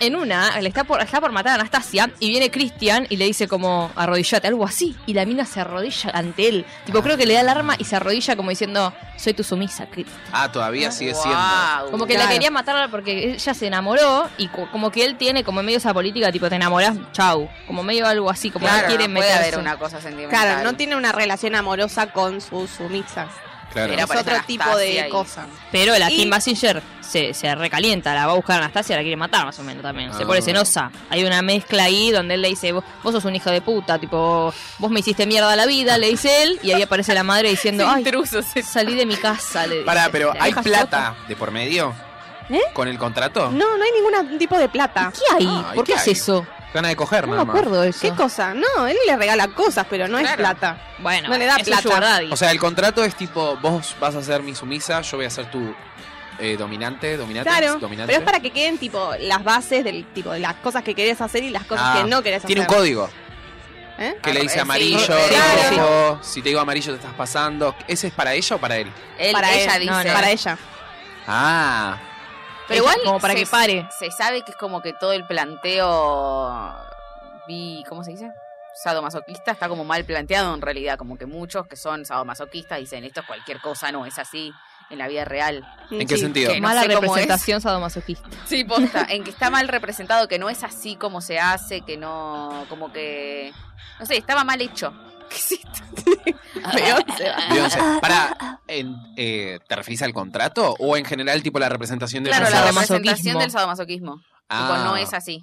C: En una, le está por, está por matar a Anastasia y viene Christian y le dice como arrodillate, algo así. Y la mina se arrodilla ante él. Tipo, creo que le da el arma y se arrodilla como diciendo, soy tu sumisa, Chris.
A: Ah, todavía sigue siendo.
D: Guau.
C: Como que
E: Claro.
C: la quería matar porque ella se enamoró y co- como que él tiene como medio esa política, tipo, te enamorás, chau. Como medio algo así, como
D: Claro,
C: no quiere
D: no puede haber
C: meterse.
D: una cosa sentimental.
E: Claro, no tiene una relación amorosa con sus sumisas.
A: Claro.
D: Era
E: Es
D: parece
E: otro
D: Anastasia
E: tipo de
D: ahí.
E: cosa.
C: Pero la
E: Y-
C: Kim Basinger se, se recalienta, la va a buscar a Anastasia, la quiere matar más o menos también. Se
A: Ah.
C: pone cenosa. Hay una mezcla ahí donde él le dice, vos, vos sos un hijo de puta, tipo, vos me hiciste mierda a la vida, le dice él, y ahí aparece la madre diciendo, ay,
D: intrusos.
C: salí de mi casa. Le dice.
A: Pará, pero
C: La
A: ¿hay
C: deja
A: plata de por medio?
E: ¿Eh?
A: ¿Con el contrato?
E: No, no hay ningún tipo de plata.
C: sola. ¿Qué hay?
A: Ay,
C: ¿Por qué,
A: ¿qué
C: es
A: hay?
C: eso?
A: Gana de coger,
C: No me
A: nada más.
C: acuerdo de eso.
E: ¿Qué cosa? No, él le regala cosas, pero no es
D: Claro.
E: plata.
C: Bueno,
E: No le da
C: es un
E: plata.
C: sugar daddy.
A: O sea, el contrato es tipo, vos vas a ser mi sumisa, yo voy a ser tu eh, dominante, dominante,
E: Claro,
A: dominante.
E: pero es para que queden tipo las bases del tipo de las cosas que querés hacer y las cosas
A: Ah,
E: que no querés
A: Tiene un
E: hacer.
A: código
E: ¿Eh?
A: que le dice
D: Sí,
A: amarillo,
D: claro.
A: rojo, si te digo amarillo te estás pasando. ¿Ese es para ella o para él?
D: Él-
E: para
D: ella
E: él,
D: dice.
C: no, no.
E: Para ella.
A: Ah,
D: Pero
C: Ella
D: igual
C: como para
D: se-
C: que pare.
D: Se sabe que es como que todo el planteo vi, ¿cómo se dice? Sadomasoquista está como mal planteado en realidad, como que muchos que son sadomasoquistas dicen esto es cualquier cosa, no es así en la vida real.
A: ¿en qué
E: Sí.
A: sentido?
D: que no
C: Mala
D: sé cómo es.
C: representación sadomasoquista.
D: Sí, posta, en que está mal representado, que no es así como se hace, que no, como que, no sé, estaba mal hecho. ¿Qué es
A: Beyoncé, Pará, en- eh, ¿te referís al contrato o en general tipo la representación de
D: Claro,
A: los
D: la
A: sadomas-
C: representación
D: representación del sadomasoquismo. Tipo,
A: Ah.
D: no es así.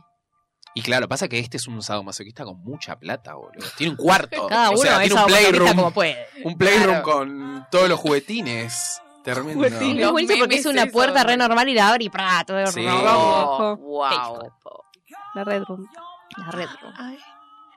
A: Y claro, pasa que este es un sadomasoquista con mucha plata, boludo. Tiene un cuarto.
C: Cada
A: o
C: uno
A: sea,
C: es
A: tiene un
C: sadomasoquista como
A: playroom,
C: puede.
A: un playroom
D: Claro.
A: con todos los juguetines. Tremendo.
E: Juguetines.
C: Es buenísimo porque es
D: memes
C: una
D: esos.
C: puerta re normal y la abre y pra, todo
A: Sí.
C: rojo.
E: Ojo.
D: wow.
E: La Red Room.
C: La red.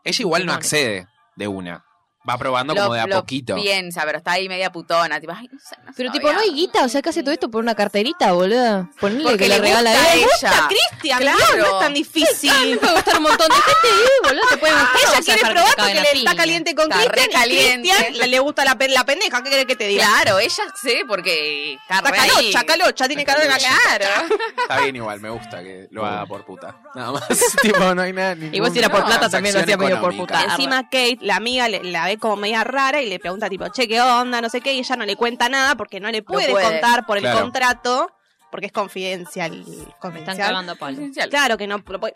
A: Ella igual no
C: Demonios.
A: accede de una. Va probando como de a poquito.
D: Piensa, pero está ahí media putona, tipo, ay, no sé, no
C: Pero
D: sabía.
C: tipo, no hay guita, o sea, que hace todo esto por una carterita, boludo. Ponle que le, regala
D: gusta
C: a ella.
D: ella.
E: Cristian,
D: Claro.
E: Dios, no es tan difícil.
C: Puede gustar un montón de gente, eh, boludo. Te puede gustar.
E: Ella
C: o sea,
E: quiere
C: para
E: probar
C: que cabe
E: porque
C: la
E: le
C: piña.
E: está caliente con
D: Está re
E: Cristian.
D: caliente.
E: y Cristian le gusta la, pe- la pendeja. ¿Qué querés que te diga?
D: Claro, ella sé porque está
E: Está
D: re ahí.
E: calocha, calocha, tiene calor en la cara.
D: Claro.
A: Está bien igual, me gusta que lo haga por puta. Nada más. tipo, no hay nada. ningún-
C: Igual si era por
A: No,
C: plata también lo hacía medio por
A: transacción
C: puta.
A: económica.
E: Encima Kate, la amiga, le- la ve como media rara y le pregunta tipo, che, ¿qué onda? No sé qué. Y ella no le cuenta nada porque no le puede,
D: puede.
E: contar por el
A: Claro.
E: contrato porque es confidencial.
C: Me están
E: confidencial.
C: cagando a palo.
E: Claro que no lo puede-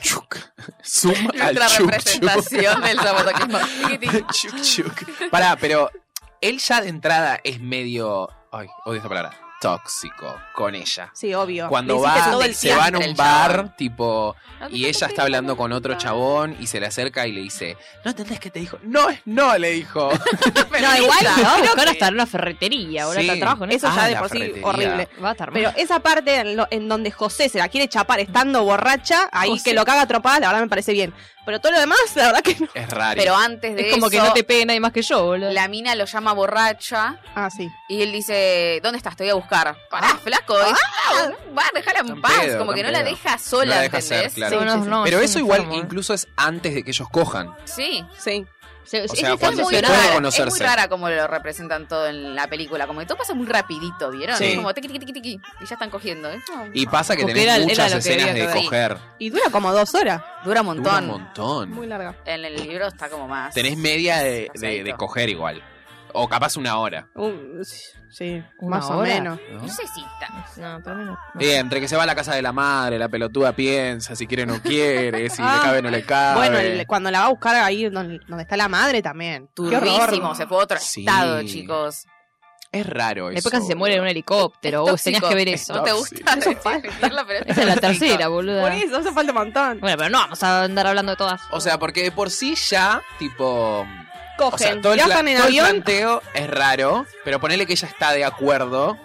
A: Chuc. Zoom al
D: Nuestra
A: chuc,
D: representación del sabotaquismo.
A: chuc. Chuc, chuc. Pará, pero él ya de entrada es medio. Ay, odio esta palabra. tóxico con ella.
E: Sí, obvio.
A: Cuando
E: Le hiciste
A: va,
E: todo el
A: se van a
D: siempre
A: un
D: el
A: bar,
D: chabón.
A: tipo, y ella está hablando con otro chabón y se le acerca y le dice, ¿no entendés qué te dijo? No es no, le dijo.
C: No, igual
D: Feminista.
C: no, mejor hasta en una ferretería, ahora
A: Sí.
C: está trabajo, ¿no?
E: Eso
A: Ah,
E: ya de
A: la
E: por sí
A: ferretería.
E: horrible.
C: ah, Va a estar mal.
E: Pero esa parte en, lo- en donde José se la quiere chapar estando borracha, ahí que lo caga atropada, la verdad me parece bien. Pero todo lo demás, la verdad que no.
A: Es raro.
D: Pero antes de
C: es como que
D: eso,
C: no te pegue nadie más que yo, boludo.
D: la mina lo llama borracha
E: Ah, sí.
D: y él dice, ¿dónde estás? Te voy a buscar. Pará,
C: Ah.
D: flaco. es- va, déjala en
A: Tan
D: paz.
A: pedo,
D: como que no
A: tan
D: la
A: pedo.
D: deja
A: No
D: sola,
A: la deja
D: ¿entendés?
A: ser, claro.
C: Sí,
E: Sí,
C: no,
E: sí,
C: no,
A: Pero
C: es
A: eso
C: un
A: igual
C: enfermo, ¿eh?
A: incluso es antes de que ellos cojan.
D: Sí.
E: Sí.
C: Se-
A: sea,
C: es
A: cuando se
D: muy
A: puede
D: rara,
C: emocional.
A: conocerse.
D: Es muy rara como lo representan todo en la película. Como que todo pasa muy rapidito, ¿vieron?
A: Sí.
D: Es como tiqui, tiqui, tiqui, tiqui, y ya están cogiendo. ¿eh?
A: Y pasa que
C: Porque
A: tenés
C: era- era
A: muchas
C: lo que
A: escenas
C: había
A: de
C: que ver.
A: coger.
E: Y dura como dos horas.
D: Dura un
A: Dura
D: montón.
A: un montón.
E: Muy larga.
D: En el libro está como más.
A: Tenés media de, de- de
D: Pasadito.
A: coger igual. O capaz una hora.
E: Un- sí,
C: ¿Una
E: más o
C: hora?
E: menos.
A: ¿no?
D: No sé si está.
C: No, para mí no. no.
A: Eh, entre que se va a la casa de la madre, la pelotuda piensa si quiere o no quiere, si
E: Ah.
A: le cabe o no le cabe.
E: Bueno, el- cuando la va a buscar ahí donde, donde está la madre también. Qué
D: Turbísimo.
E: horror.
D: Se fue a otro
A: Sí.
D: estado, chicos.
A: es raro eso.
C: Después casi se muere en un helicóptero.
D: Es
C: Uy, tenías
D: tóxico.
C: que ver
A: Es
C: eso.
D: No te
A: Tóxico.
D: gusta.
E: Eso
D: decir- decirlo, pero
C: Esa es la
D: tóxico.
C: tercera, boluda.
E: Por eso, hace falta un montón.
C: Bueno, pero no vamos a andar hablando de todas.
A: O sea, porque de por sí ya, tipo. O sea,
E: Cogen,
A: todo el, pla-
E: viajan en
A: todo el
E: avión.
A: planteo es raro, pero ponele que ella está de acuerdo.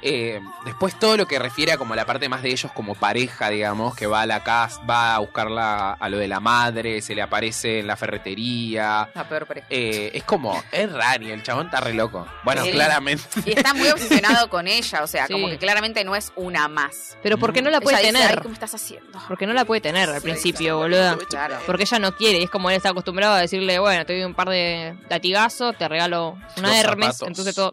A: Eh, después todo lo que refiere a como la parte más de ellos como pareja, digamos, que va a la casa, va a buscarla a lo de la madre, se le aparece en la ferretería.
D: La peor pareja.
A: Eh, es como, es raro y el chabón está re loco. Bueno,
D: Sí.
A: claramente.
D: Y está muy obsesionado con ella, o sea,
C: Sí.
D: como que claramente no es una más.
C: Pero ¿por qué no la
D: Ella
C: puede
D: dice, "Ay,
C: tener?
D: ¿Cómo estás haciendo?
C: Porque no la puede tener al
D: Sí,
C: principio, boluda.
D: Claro.
C: Porque ella no quiere, y es como él está acostumbrado a decirle, bueno, te doy un par de latigazos, te regalo una
A: Los
C: Hermes,
A: zapatos.
C: entonces todo.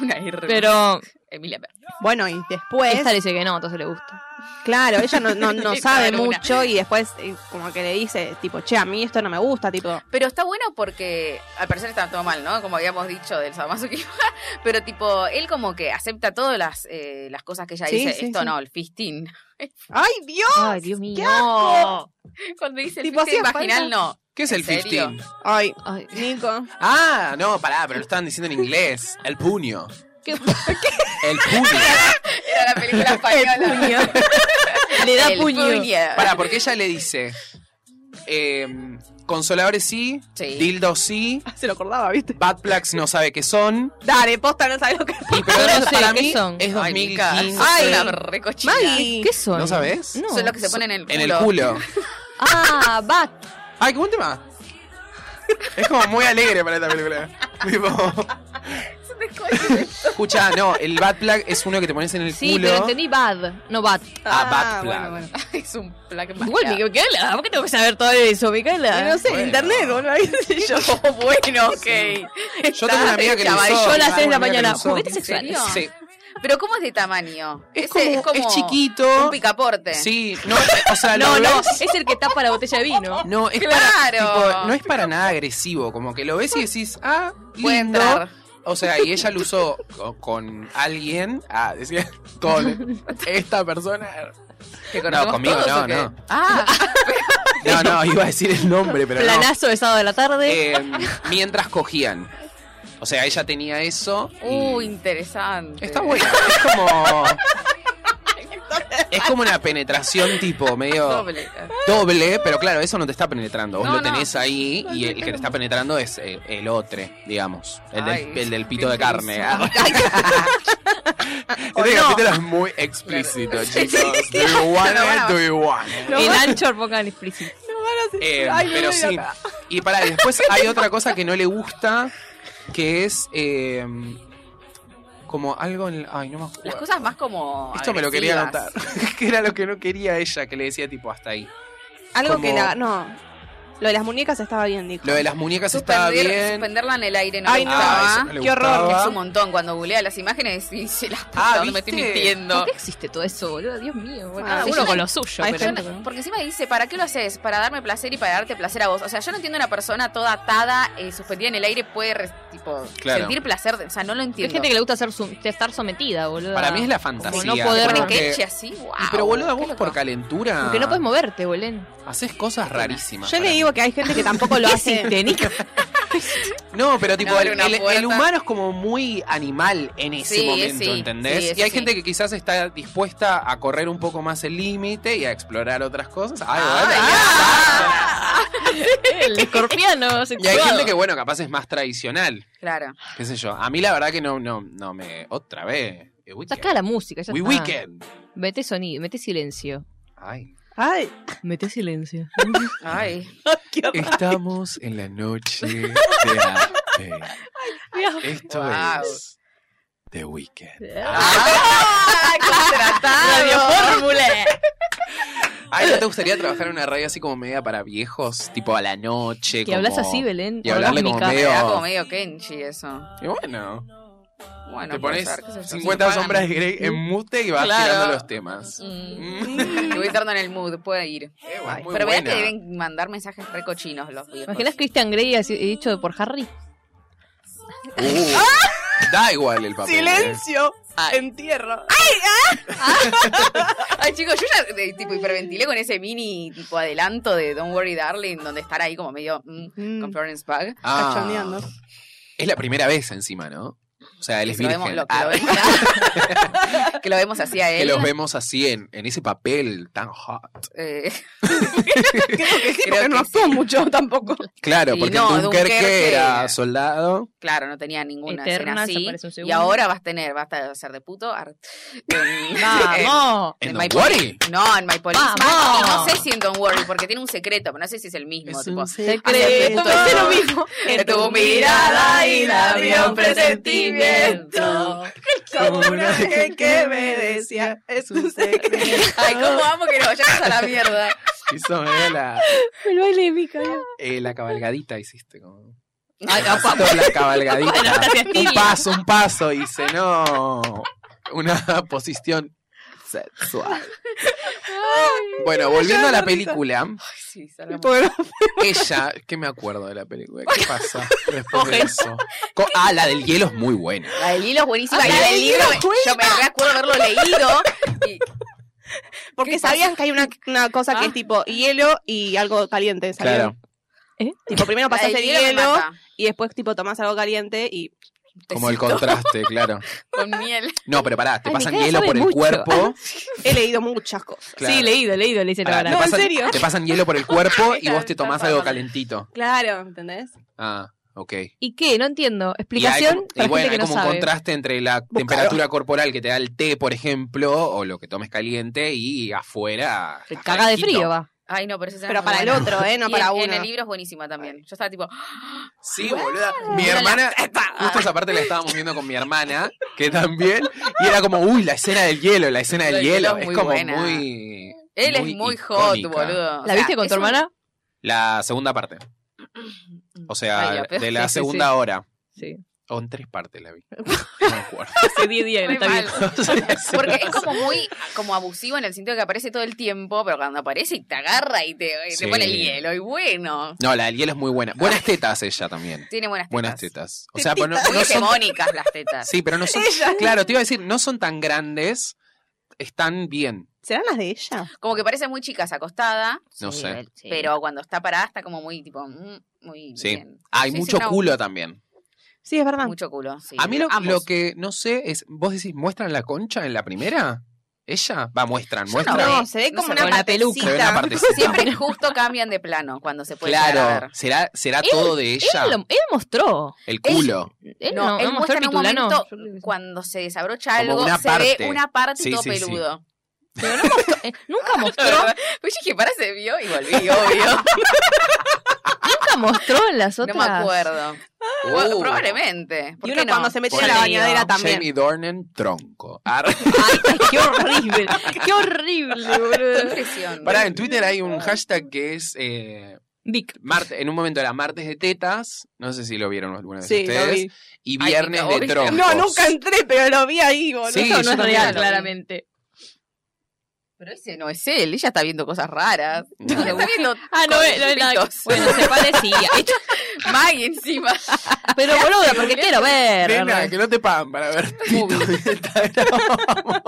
D: Una R.
C: Pero
D: Emilia Pérez.
E: Bueno, y después.
C: esta le dice que no, entonces le gusta.
E: Claro, ella no, no, no
D: Le
E: sabe
D: clavaron una.
E: mucho y después eh, como que le dice, tipo, che, a mí esto no me gusta, tipo,
D: Pero está bueno porque al parecer está todo mal, ¿no? Como habíamos dicho del sadomasoquismo. Pero tipo, él como que acepta todas las, eh, las cosas que ella
E: Sí,
D: dice.
E: sí,
D: Esto
E: sí.
D: no, el fistín.
E: ¡ay, Dios!
C: Ay, Dios mío.
D: Cuando dice el
E: Tipo,
D: fistín
E: hacía
D: vaginal,
E: falta-
D: no.
A: ¿Qué es
D: ¿En
A: el
D: serio?
A: 15?
E: Ay,
C: Ay,
E: Nico.
A: Ah, no, pará, pero lo estaban diciendo en inglés. El puño.
C: ¿Qué-
A: El puño.
D: Era la película española.
C: le da
D: El
C: puño.
A: Pará, porque ella le dice. eh, consoladores sí,
D: Sí.
A: dildos sí,
E: Se lo acordaba, ¿viste?
A: bad plugs no sabe qué son.
E: Dale, posta, no sabes lo que...
A: Y pero
C: Yo no
A: eso
C: sé,
A: para
C: ¿qué
A: mí
C: son?
A: es
D: Ay, Nica,
A: 2015.
C: Ah,
D: sos
E: Ay.
D: una recochina.
E: Maggie.
C: ¿Qué son?
A: ¿No sabés?
C: No.
D: Son los que se ponen en el culo.
A: En el culo.
C: Ah, Bat.
A: Ay, qué buen tema. Es como muy alegre para esta película. Tipo,
D: Se te coge.
A: escucha, no, el bad plug es uno que te pones en el
C: Sí,
A: culo.
C: pero entendí Bad, no Bat.
A: Ah,
E: Ah,
A: bad plug.
E: bueno, bueno.
D: es un plaque
C: Igual, Micaela, ¿por qué tengo que saber todo eso,
E: Y
C: Micaela?
E: No sé,
A: Bueno.
E: en internet, boludo, ¿viste? Yo,
D: Oh, bueno, ok.
A: Yo tengo una amiga que lo
D: Está
A: usó.
C: Yo a
A: tengo
C: las 6 de
A: una amiga que
C: la
A: lo
C: mañana,
A: usó.
C: juguetes
D: ¿En serio?
C: sexuales.
A: Sí.
D: Pero ¿cómo es de tamaño?
A: Es, como,
D: Ese
A: es
D: Un
A: chiquito.
D: picaporte.
A: Sí, no, o sea, lo
C: No, no,
A: ves-
C: es el que tapa la botella de vino.
A: No, es para,
D: Claro.
A: tipo, no es para nada agresivo, como que lo ves y decís, ah,
D: Puede
A: lindo.
D: entrar.
A: O sea, y ella lo usó co- con alguien, ah, decía, con esta persona.
D: ¿Que
A: No,
D: conocemos
A: conmigo
D: todos
A: no,
D: o qué?
A: no.
D: Ah,
A: No, no, iba a decir el nombre, pero no.
C: Planazo de sábado de la tarde.
A: Eh, mientras cogían. O sea, ella tenía eso. y-
D: uh, interesante.
A: Está bueno, es como. Es como una penetración tipo medio
D: Doble.
A: doble, pero claro, eso no te está penetrando. Vos
D: No,
A: lo
D: no.
A: tenés ahí y el que te está penetrando es eh, el otro, digamos. El del,
D: Ay,
A: el del
D: qué
A: pito de carne. Ah.
D: intenso.
A: Este capítulo es muy explícito, chicos. Do you want it? Do you want it?
E: no,
C: el
E: van-
C: anchor pongan explícito.
E: no van a hacer-
A: Eh,
E: Ay,
A: pero
E: no,
A: sí.
E: mira.
A: Y para después hay otra cosa que no le gusta, que es eh, como algo en... Ay, no me acuerdo.
D: Las cosas más como.
A: Esto me lo quería anotar.
D: agresivas.
A: que era lo que no quería ella, que le decía tipo hasta ahí.
E: Algo
A: como-
E: que la... No, lo de las muñecas estaba bien, Nico.
A: Lo de las muñecas estaba
D: Suspender-
A: bien.
D: Suspenderla en el aire no
E: Ay,
D: me
E: no.
A: Ah, eso
D: gustaba.
A: no le
E: Qué horror,
A: gustaba.
D: Es un montón cuando googlea las imágenes y se las puta,
A: Ah,
D: ¿dónde me estoy
A: ¿viste?
D: mintiendo.
C: ¿Por qué existe todo eso, boludo? Dios mío. bueno,
E: Ah,
C: cada
E: sí,
C: uno
E: yo
C: con
D: no-
C: lo suyo.
E: Hay
C: pero-
E: gente-
D: Yo no- porque encima dice, ¿para qué lo haces? Para darme placer y para darte placer a vos. O sea, yo no entiendo una persona toda atada, eh, suspendida en el aire, puede re- tipo,
A: Claro.
D: sentir placer. de- o sea, no lo
C: Hay
D: entiendo.
C: gente que le gusta ser su- estar sometida, boludo.
A: Para mí es la fantasía.
C: Como no poder-
A: porque-
D: pone
C: Porque-
D: queche así, wow.
A: Y pero boluda, vos
D: Ah, Qué
A: por
D: loco.
A: calentura
C: Porque no puedes moverte, bolén.
A: haces cosas rarísimas.
E: Yo le
A: para mí.
E: digo que hay gente que tampoco lo
C: ¿Qué
E: hace...
C: existe, Nico?
A: No, pero tipo,
D: abre
A: el,
D: una
A: el- el
D: puerta.
A: humano es como muy animal en ese
D: Sí,
A: momento,
D: sí,
A: ¿entendés?
D: sí, eso
A: y hay
D: sí.
A: gente que quizás está dispuesta a correr un poco más el límite y a explorar otras cosas. Ay,
D: Ay,
A: bueno.
C: El escorpiano
A: Y hay
C: sexuado.
A: gente que, bueno, capaz es más tradicional,
D: Claro.
A: qué sé yo. A mí la verdad que no, no, no me... Otra vez. eh, Weekend.
C: Saca la música, ya
A: We
C: está.
A: weekend.
C: Mete sonido, mete silencio.
A: Ay.
E: Ay,
C: Mete silencio.
D: Ay.
E: qué horror.
A: Estamos en la noche de arte. Esto
D: Wow.
A: es The Weekend.
D: ¡Ah! ¡Contratado!
A: Ay, ¿no te gustaría trabajar en una radio así como media para viejos? Tipo a la noche.
C: Que
A: como-
C: hablas así, Belén.
A: Y hablarle como
C: orgásmica.
A: medio-
D: Era como medio Kenchi eso.
A: Y bueno,
D: Bueno,
A: te
D: Ah, puede
A: pones
D: ser, qué sé yo, si
A: 50
D: pagan.
A: sombras de Grey en mute y vas
D: Claro.
A: tirando los temas.
D: Mm.
A: Mm.
D: Y voy estando en el mood, puede ir.
A: bueno,
D: Ay,
A: muy
D: pero vean que
A: buena.
D: deben mandar mensajes recochinos los viejos.
C: ¿Imaginas Christian Grey así- dicho por Harry?
A: Eh, Uh, Da igual el papel. ¿eh?
E: Silencio. Entierro.
D: Ay, chicos, yo ya eh, tipo hiperventilé con ese mini tipo adelanto de Don't Worry Darling, donde estar ahí como medio mm,
E: Mm.
D: con Florence Pug.
A: Ah,
E: Cachondeando.
A: es la primera vez encima, ¿no? O sea, él es
D: Que lo vemos-
A: virgen.
D: lo- que,
A: Ah,
D: lo vemos- que lo vemos así a él.
A: que los vemos así en, en ese papel tan hot.
D: Eh,
E: Creo que sí,
D: Creo
E: porque no
D: que
E: actuó mucho tampoco.
A: Claro,
D: Y
A: porque
D: no,
A: Dunkerque,
D: Dunkerque
A: era
D: era-
A: soldado.
D: claro, no tenía ninguna
C: Eterna, se
D: escena
C: aparece un
D: así.
C: segundo.
D: Y ahora vas a tener, vas a ser de puto. Em, ar- en- en-
C: ¡Vamos!
A: En
D: My
A: Don't Worry.
D: Police- No, en My Police.
C: Vamos.
D: Y no sé si en Don't Worry, porque tiene un secreto, pero no sé si es el mismo. tipo,
E: Secreto.
D: Hace
E: lo
D: lo
E: mismo.
D: En tu mirada y la vi un presentimiento.
E: Como una que, me decía, es un secreto.
D: Ay, cómo amo que nos vayamos a la mierda.
A: Hizo eh, la,
C: El baile de mi cara.
A: eh, la cabalgadita, hiciste. Como...
D: Ay, no, pa-
A: Hizo la cabalgadita.
C: tibia.
A: un paso, un paso. Hice, no. Una posición sexual. Bueno, volviendo a la película.
D: sí, salgamos.
A: Ella, ¿qué me acuerdo de la película? ¿Qué pasa después de eso? Co- ah, la del hielo es muy buena.
D: La del hilo es buenísima.
E: Ah,
D: y
E: la
D: la
E: del
D: del libro,
E: hilo es
D: yo me recuerdo haberlo leído. Y,
E: Porque
D: ¿Qué pasa?
E: sabían que hay una, una cosa que
D: Ah.
E: es tipo hielo y algo caliente. ¿sabían?
A: Claro.
E: Tipo, primero
D: la
E: pasas
D: del
E: el
D: hilo me
E: hielo
D: mata.
E: y después tipo tomás algo caliente y
A: Como el
D: Tecito
A: contraste, claro.
D: con miel.
A: No, pero pará, te
C: Ay,
A: pasan
C: Micaela
A: hielo
C: sabe
A: por el
C: mucho.
A: cuerpo.
E: he leído muchas cosas.
A: Claro.
C: Sí, leído, leído, le dice
A: Pará,
C: la
A: te,
E: No, en
A: pasan,
E: serio.
A: te pasan hielo por el cuerpo y
D: Esta
A: vos te
D: está
A: tomás algo
D: pasando.
A: calentito.
E: Claro, ¿entendés?
A: Ah, ok.
C: ¿Y qué? No
A: Y
C: entiendo.
A: hay
C: Explicación
A: como- y
C: para
A: bueno, hay
C: gente que
A: como
C: no
A: un
C: sabe.
A: contraste entre la temperatura corporal que te da el té, por ejemplo, o lo que tomes caliente, y afuera.
C: Te
A: está
C: caga de
A: fresquito.
C: frío, va.
D: Ay, no, pero esa escena
E: Pero
D: es
E: para
D: muy
E: el
D: buena.
E: otro, ¿eh? No
D: Y
E: para
D: en,
E: uno.
D: En el libro es buenísima también. Yo estaba tipo,
A: Sí,
D: Ah,
A: boluda. Mi hermana, justo esa parte la estábamos viendo con mi hermana, que también, y era como, uy, la escena del hielo, la escena del
D: La del
A: hielo.
D: hielo es
A: Es
D: muy
A: como
D: buena.
A: muy.
D: él es muy hot,
A: icónica.
D: boludo. O
C: ¿La
D: sea,
C: viste con
D: es
C: tu
D: un-
C: hermana?
A: La segunda parte. O
D: Mm, Ay,
A: sea,
D: la peor.
A: de la
C: Sí, sí,
A: segunda hora.
C: Sí.
A: O en tres partes la vi. No me acuerdo.
C: Hace 10 días
D: Muy mal. Porque es como muy como abusivo en el sentido de que aparece todo el tiempo, pero cuando aparece y te agarra y te, y te
A: Sí.
D: pone el hielo. Y bueno,
A: No, la del hielo es muy buena. Buenas tetas ella también.
D: tiene buenas tetas.
A: Buenas tetas. O sea, pero no,
D: Muy
A: no son
D: hegemónicas las tetas.
A: Sí, pero no son. Claro, te iba a decir, no son tan grandes, están bien.
E: ¿Serán las de ella?
D: Como que parece muy chicas acostada,
A: No sé.
D: pero cuando está parada está como muy tipo mm, muy
A: Sí.
D: bien.
A: Hay
D: Sí, sí,
A: mucho
D: no, ah.
A: culo también.
E: Sí, es verdad.
D: Mucho culo, sí.
A: a mí lo,
D: Ambos.
A: lo que no sé es, vos decís, ¿muestran la concha en la primera? ¿Ella? Va, muestran,
D: Yo
A: muestran.
D: no
E: No, se ve
D: No
E: como
D: se
E: una
D: ve la
E: partecita.
A: Se ve una partecita.
D: Siempre justo cambian de plano cuando se puede llegar a
A: Claro,
D: ver.
A: será, será
C: Él-
A: todo de
C: Él,
A: ella,
C: lo- él mostró.
A: el culo.
C: Él
D: No,
C: no,
D: él
C: no
D: muestra
C: mostró el
D: en un
C: pitulano.
D: momento
C: Yo creo que sí.
D: Cuando se desabrocha
A: Como
D: algo,
A: una
D: se
A: parte.
D: ve una parte
A: Sí,
D: y todo
A: sí, sí.
D: peludo.
C: Pero no mostró- eh, nunca mostró,
D: Pues yo dije, para, se vio y volví, obvio.
C: nunca mostró en las
D: No
C: otras.
D: me acuerdo. Bueno,
A: Uh.
D: Probablemente. ¿Por
E: Y
D: qué
E: uno
D: no?
E: cuando se mete
A: Por
E: en la
A: el
E: bañadera
C: lío.
E: también.
A: Jamie Dornan, tronco. Ar-
C: Ay, qué horrible, qué horrible,
D: Qué
C: boludo.
D: impresión.
A: Pará, en Twitter hay un hashtag que es eh,
C: Vic.
A: marte- en un momento era martes de tetas, no sé si lo vieron alguna vez
E: Sí, lo
A: ustedes,
E: vi.
A: y
D: Ay,
A: viernes
D: no,
A: de
D: obvio.
A: troncos.
E: No, nunca entré, pero lo vi ahí, boludo.
A: Sí,
C: Eso
A: yo
C: no es
A: también
C: real,
A: lo vi.
C: claramente.
D: Pero ese no es él, ella está viendo cosas raras.
A: No.
D: Está viendo
C: Ah, no, eh, no es nada.
D: Conjuntitos.
C: Bueno, se parecía. Hecho-
D: Maggie encima.
C: Pero boluda, porque quiero ver.
A: Nena, que no te pagan para ver Tito Vieta, no.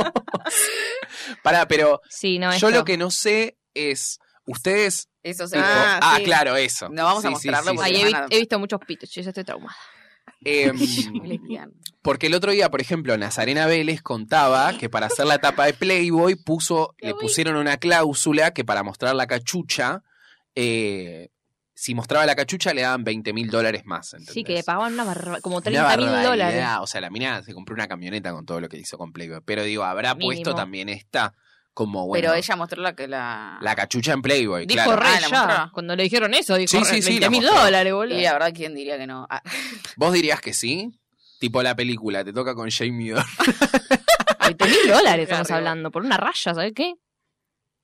A: Pará, pero
C: Sí, no,
A: yo
C: esto-
A: lo que no sé es, Ustedes.
D: Eso se
A: tipo,
E: Ah,
A: Ah,
E: sí.
A: claro, eso.
D: No vamos a mostrarlo porque-
C: Ay, he,
D: Nada.
C: vi- he visto muchos pitos, yo ya estoy traumada.
A: Em,
D: Lesbiana.
A: porque el otro día, por ejemplo, Nazarena Vélez contaba que para hacer la tapa de Playboy puso, le pusieron una cláusula que para mostrar la cachucha, eh, si mostraba la cachucha le daban 20 mil dólares más. ¿entendés?
C: Sí, que le pagaban una barra- como
A: Una
C: 30 mil
A: barbaridad,
C: dólares.
A: O sea, la mina se compró una camioneta con todo lo que hizo con Playboy. Pero digo, habrá
C: Mínimo.
A: puesto también esta como, bueno,
D: Pero ella mostró la que la.
A: la cachucha en Playboy,
C: Dijo
A: claro.
D: re-
C: Rey
D: Ah, la
C: ya.
D: mostró.
C: Cuando le dijeron eso, dijo
A: Sí, sí,
C: Rey,
A: sí, la
C: 20 mil
A: mostró.
C: dólares, boludo.
D: Y la verdad, ¿quién diría que no? Ah,
A: ¿Vos dirías que sí? Tipo la película, te toca con Jamie Dornan.
C: 20 mil dólares estamos
D: Arriba.
C: hablando. Por una raya, ¿sabes qué?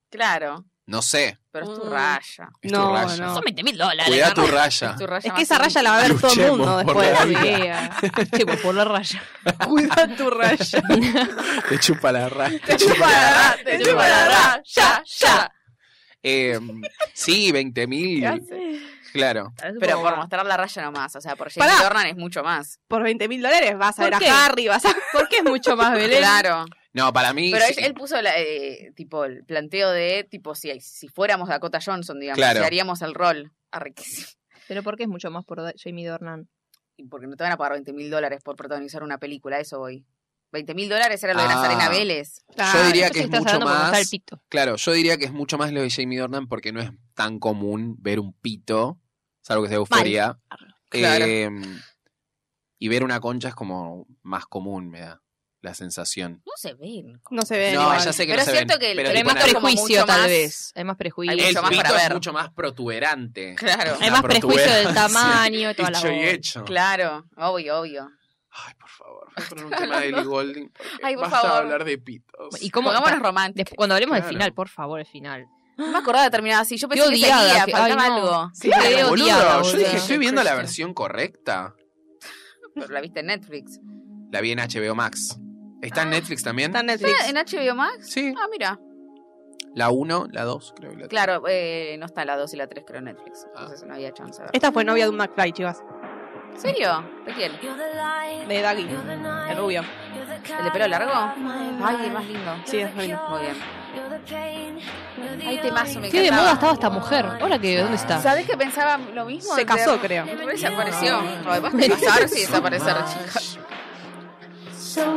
D: claro,
A: No sé,
D: pero es tu
E: Mm.
D: raya.
A: es
E: No,
A: tu raya.
E: no.
C: Son 20 mil dólares.
A: Cuidá tu
C: garra-
A: raya.
D: Tu raya
E: Es
D: más
E: que esa raya
D: íntima.
E: la va a ver todo el
A: Luchemos
E: mundo
A: por
E: después.
A: la
E: Sí.
A: vida.
C: Sí, Tipo, por la raya.
E: Cuida tu raya.
A: Te chupa la raya.
D: Te chupa la raya, te chupa la raya, ya, ya.
A: Eh, sí, 20 mil.
D: ¿Qué hace?
A: Claro.
D: Pero por mostrar la raya nomás, o sea, por Jamie
E: Pará.
D: Dornan es mucho más.
E: Por 20 mil dólares vas a
C: ¿Por
E: ver
C: qué?
E: a Harry, vas a...
C: ¿Por qué es mucho más Belén?
D: Claro.
A: No, para mí.
D: Pero
A: sí.
D: él, él puso la, eh, tipo el planteo de tipo si, si fuéramos Dakota Johnson, digamos,
A: Claro.
D: si haríamos el rol. Arrequísimo.
C: Pero ¿por qué es mucho más por Da- Jamie Dornan?
D: Y Porque no te van a pagar 20 mil dólares por protagonizar una película, eso voy. 20 mil dólares era lo de
A: Ah.
D: Nazarena Vélez.
A: Yo diría
C: Entonces
A: que es
C: estás
A: mucho
C: hablando por mostrar el
A: más.
C: pito.
A: Claro, yo diría que es mucho más lo de Jamie Dornan porque no es tan común ver un pito, salvo que sea euforia. Em,
D: Claro.
A: y ver una concha es como más común, me da la sensación.
D: No se ven.
E: No se ve.
A: No,
E: igual.
A: ya sé que
D: Pero
A: no se
D: es cierto
A: ven,
D: que el-
A: pero
C: Pero hay
A: tipo
C: más
D: tipo,
A: nada.
D: como
C: prejuicio,
D: mucho
C: tal
D: más-
C: vez. Hay más prejuicio.
D: Hay
A: el
D: mucho más
A: pito
D: para
A: es
D: ver.
A: mucho más protuberante.
D: Claro,
C: Hay
A: La
C: más prejuicio del
A: protuberancia.
C: tamaño y todas las
A: Dicho y
C: bolas.
A: hecho.
D: claro, obvio, obvio.
A: Ay, por favor, voy a poner un tema de Ellie Golding. porque
D: Ay, por
A: basta de
D: favor.
A: hablar de pitos.
C: ¿Y cómo?
D: Pongámonos
C: Después,
D: románticos.
C: cuando hablemos del
A: Claro.
C: final, por favor, el final.
D: No me acordaba de terminar así. Yo pensé
C: Qué
D: que
C: odiada,
D: seguía,
C: Pues que-
D: faltaba
C: ay, no.
D: algo.
C: Sí, Claro,
A: Claro,
C: re
A: boludo,
C: odiada,
A: yo
C: boludo.
A: dije, estoy viendo la
C: Christian.
A: versión correcta.
D: Pero la viste en Netflix.
A: La vi en HBO Max. ¿Está en Netflix también?
E: Está en Netflix.
D: Ah. ¿Está en HBO Max?
A: Sí,
D: Ah, mira.
A: la 1, la 2, creo. que La tres.
D: Claro, eh, no está la 2 y la 3 creo en Netflix.
A: Ah.
D: Entonces no había chance. de verlo.
E: Esta fue novia de un McFly, chicas.
D: ¿En serio? ¿De quién?
E: De Daggy. El rubio.
D: ¿El de pelo largo? Ay, el más lindo.
E: Sí, es lindo.
D: Muy bien. Ay, temazo, me
C: Qué de
D: encantaba.
C: moda estaba esta mujer. Ahora que, ¿dónde está?
D: ¿Sabés que pensaba lo mismo?
E: Se
D: De-
E: casó, creo.
D: Desapareció.
A: Ah.
D: No, después de casarse y desaparecer, chicas.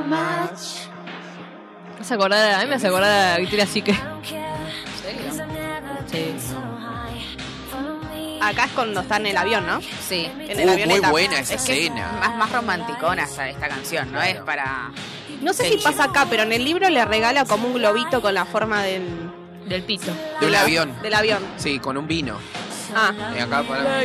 C: Me hace acordar, a mí me hace acordar a Victoria Sique.
D: ¿En serio?
C: Sí.
E: Acá es cuando está en el avión, ¿no?
D: Sí.
E: En
A: Uh,
E: el
A: muy
E: avioneta.
A: buena esa
D: Es que es
A: escena.
D: más, más romanticona esta, esta canción, ¿no? Es para...
E: No sé si pasa acá, pero en el libro le regala como un globito con la forma del,
C: Del pito.
A: De un avión.
E: del avión.
A: Sí, con un vino.
E: Ah,
A: Y acá para.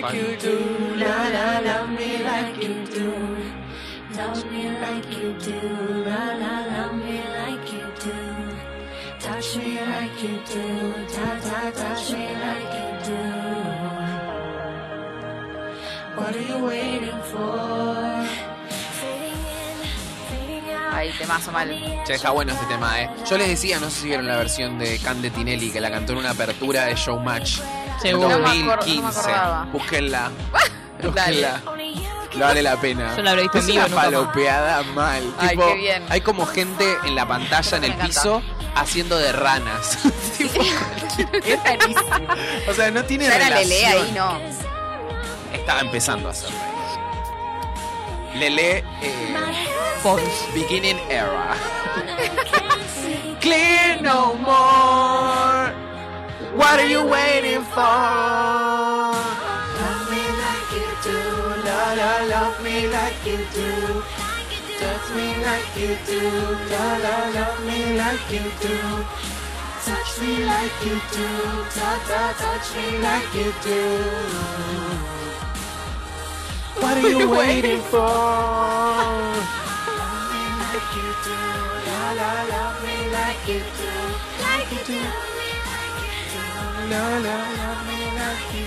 D: Ay, temazo mal.
A: Che, está bueno este tema, ¿eh? Yo les decía, no sé si vieron la versión de Cande Tinelli que la cantó en una apertura de Showmatch.
C: Seguro.
D: No me acuerdo,
A: 2015.
D: no me acordaba.
A: Búsquenla. Búsquenla. No vale la pena.
C: Yo la habré visto
A: es
C: en vivo,
A: una
C: nunca más.
A: palopeada mal.
D: Ay,
A: Tipo,
D: qué bien.
A: Hay como gente en la pantalla, en
D: Me
A: el
D: encanta.
A: piso, haciendo de ranas. Tipo,
D: Es rarísimo.
A: o sea, no tiene
D: Ya era
A: relación.
D: Lele ahí, ¿no?
A: Estaba empezando a hacerlo. Lele, eh,
C: Pons.
A: beginning era. Clear no more. What are you waiting for? Love me like you do. La, la, love me like you do. Touch me like you do. La, la, love me like you do. Touch me like you do. Ta, ta, touch me like you do. What are you waiting for? Love me like you do. La, la, love me like you do. Like you do. La, la, love me like you do.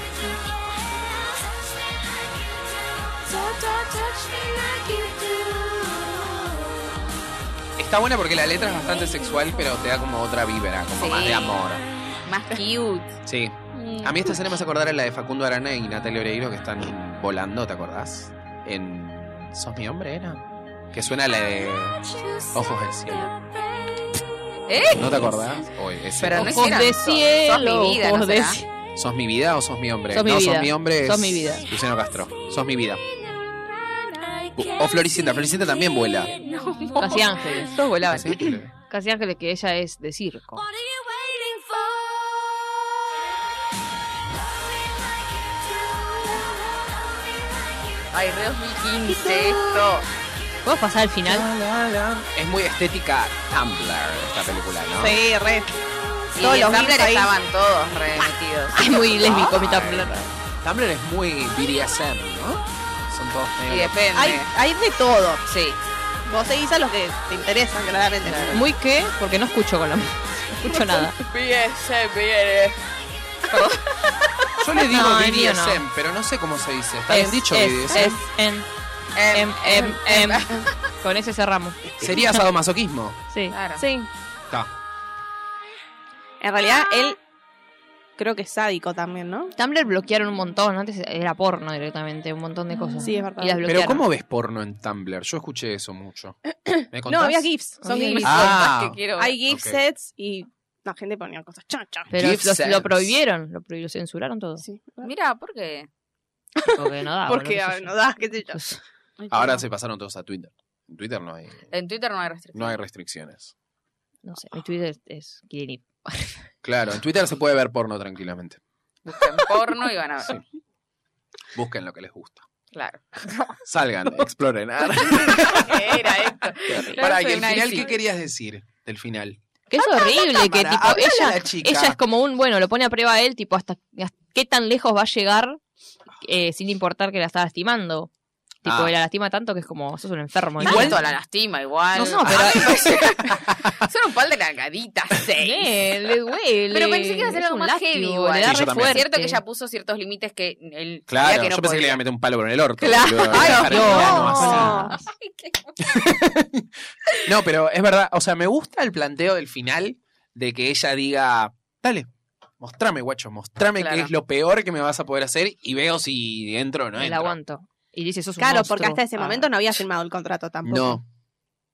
A: Está buena porque la letra es bastante sexual, pero te da como otra vibra, como más de
D: Sí.
A: amor.
D: Más cute.
A: Sí.
C: Mm.
A: A mí esta escena me hace acordar a la de Facundo Arana y Natalia Oreiro que están volando, ¿te acordás? En ¿Sos mi hombre, era? Que suena la de Ojos del Cielo. ¿No te acordás? Hoy, ese.
D: Pero no
A: Sos-
C: Ojos
D: hicieron
C: de
D: eso. Sos
C: cielo,
D: mi vida, ¿no
C: ojos de
D: será?
C: cielo.
A: ¿Sos mi vida o sos mi hombre?
C: Sos mi
A: no, sos
C: vida.
A: mi hombre. es
C: Sos mi vida.
A: Luciano Castro. Sos mi vida. O Floricienta. Floricienta también vuela.
C: Casi ángeles.
D: Todos volaban. ¿eh?
A: ¿Sí?
C: Casi ángeles que ella es de circo.
D: Ay, re 2015 esto.
C: ¿Puedo pasar al final?
A: Es muy estética Tumblr esta película, ¿no?
E: Sí, re.
D: Sí,
E: Todos
D: en
E: los
D: Tumblr
E: memes ahí.
D: estaban todos re metidos.
C: Ay, muy lésbico mi Tumblr.
A: Tumblr es muy BDSM, ¿no? Son todos
D: Y
A: medio.
D: depende.
E: Hay, hay de todo.
D: Sí.
E: Vos seguís a los que te interesan, claramente.
C: ¿Muy qué? Porque no escucho con la No escucho nada.
A: Yo le digo
C: No, el mío no.
A: BDSM, pero no sé cómo se dice. ¿Está bien dicho
C: es,
D: ¿eh?
A: BDSM?
C: es, en, em, em, em. Con ese cerramos.
A: Sería sadomasoquismo.
C: Sí.
D: Claro.
E: Sí.
A: Está.
E: En realidad, él creo que es sádico también, ¿no?
C: Tumblr bloquearon un montón, antes era porno directamente, un montón de cosas.
E: Sí, es verdad.
C: Y las bloquearon.
A: Pero ¿cómo ves porno en Tumblr? Yo escuché eso mucho. ¿Me contás?
E: No, había GIFs. Son
D: Em,
C: Había
E: GIFs.
C: gifs.
A: Ah.
D: Cosas que quiero ver.
E: Hay GIF
A: Ok.
E: sets y la gente ponía cosas chan, chan.
C: Pero
A: Give
C: los-
A: sense.
C: lo prohibieron, lo, prohi- lo censuraron todo.
E: Sí.
A: Ah,
D: Mira, ¿por qué?
C: Porque no da.
E: Porque ah, no da, qué sé yo.
A: Pues, Ahora se pasaron todos a Twitter. En Twitter no hay,
D: En Twitter no hay restricciones.
A: no hay restricciones.
C: No sé, mi Twitter es Kirinip.
A: Claro, en Twitter se puede ver porno tranquilamente.
D: Busquen porno y van a ver.
A: Sí. Busquen lo que les gusta.
D: Claro.
A: Salgan, exploren. Ah,
D: ¿Qué era esto?
A: Para, y
D: soy
A: el
D: una
A: final,
D: sí.
A: ¿qué querías decir del final?
C: Que es horrible, que tipo,
A: Háblale a
C: ella,
A: la chica.
C: ella es como un, bueno, lo pone a prueba a él, tipo, hasta, hasta qué tan lejos va a llegar eh, sin importar que la está lastimando. Tipo,
A: Ah.
C: la lastima tanto que es como, sos un enfermo.
D: Igual
C: ¿no?
D: toda la lastima, igual.
C: No, no,
A: Ah,
C: pero
D: Son un par de largaditas, seis.
C: Eh, le duele.
D: Pero pensé que iba a ser
C: Es
D: algo
C: un
D: más
C: látigo,
D: heavy, igual.
C: Le da
A: Sí, yo
C: re
A: también.
D: Es cierto
C: fuerte.
D: que ella puso ciertos límites que él
A: Claro,
D: creía que no
A: yo pensé que le iba a
D: podía.
A: meter un palo por el orto.
D: Claro.
A: boludo.
D: Ay,
A: Dejar el
C: no.
A: plano así.
E: No.
A: No, pero es verdad. O sea, me gusta el planteo del final de que ella diga, dale, mostrame, guacho, mostrame
D: Claro.
A: qué es lo peor que me vas a poder hacer y veo si entro o no
C: Me la
A: entro.
C: aguanto. Y dice, sos un
E: Claro,
C: monstruo.
E: porque hasta ese
C: Ah.
E: momento no había firmado el contrato tampoco.
A: No.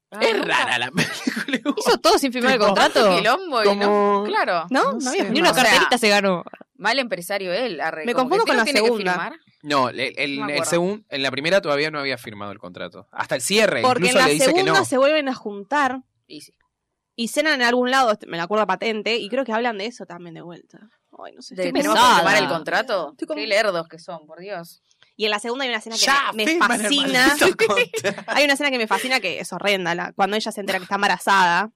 D: Ah,
A: Es
D: nunca.
A: rara la película.
C: Hizo todo sin firmar el
A: Tipo,
C: contrato.
D: Quilombo y no.
A: Como...
D: Claro.
E: No, no,
A: No
E: había
A: sé.
C: Ni
E: firmado.
C: una
D: O sea,
C: carterita se ganó.
D: Mal empresario él. arre,
E: Me
D: como que
E: confundo
D: usted
E: con
D: no
E: la
D: tiene que
E: segunda.
D: firmar.
A: No, el, el-
D: No me
A: el
D: acuerdo.
A: segun- en la primera todavía no había firmado el contrato. Hasta el cierre,
E: porque en
A: incluso
E: la
A: le dice que
E: segunda
A: no.
E: se vuelven a juntar
D: Y sí.
E: y cenan en algún lado, este, me la acuerdo patente, y creo que hablan de eso también de vuelta. Ay, no sé.
D: De,
E: estoy
D: ¿Tenemos que
E: pensando.
C: pesada.
D: firmar el contrato?
E: Estoy como-
D: Qué lerdos que son, por Dios.
E: Y en la segunda hay una escena que
A: Ya,
E: me, me
A: firman el
E: fascina.
A: maldito contrato.
E: Hay una escena que me fascina que es horrenda, la- cuando ella se entera que está embarazada,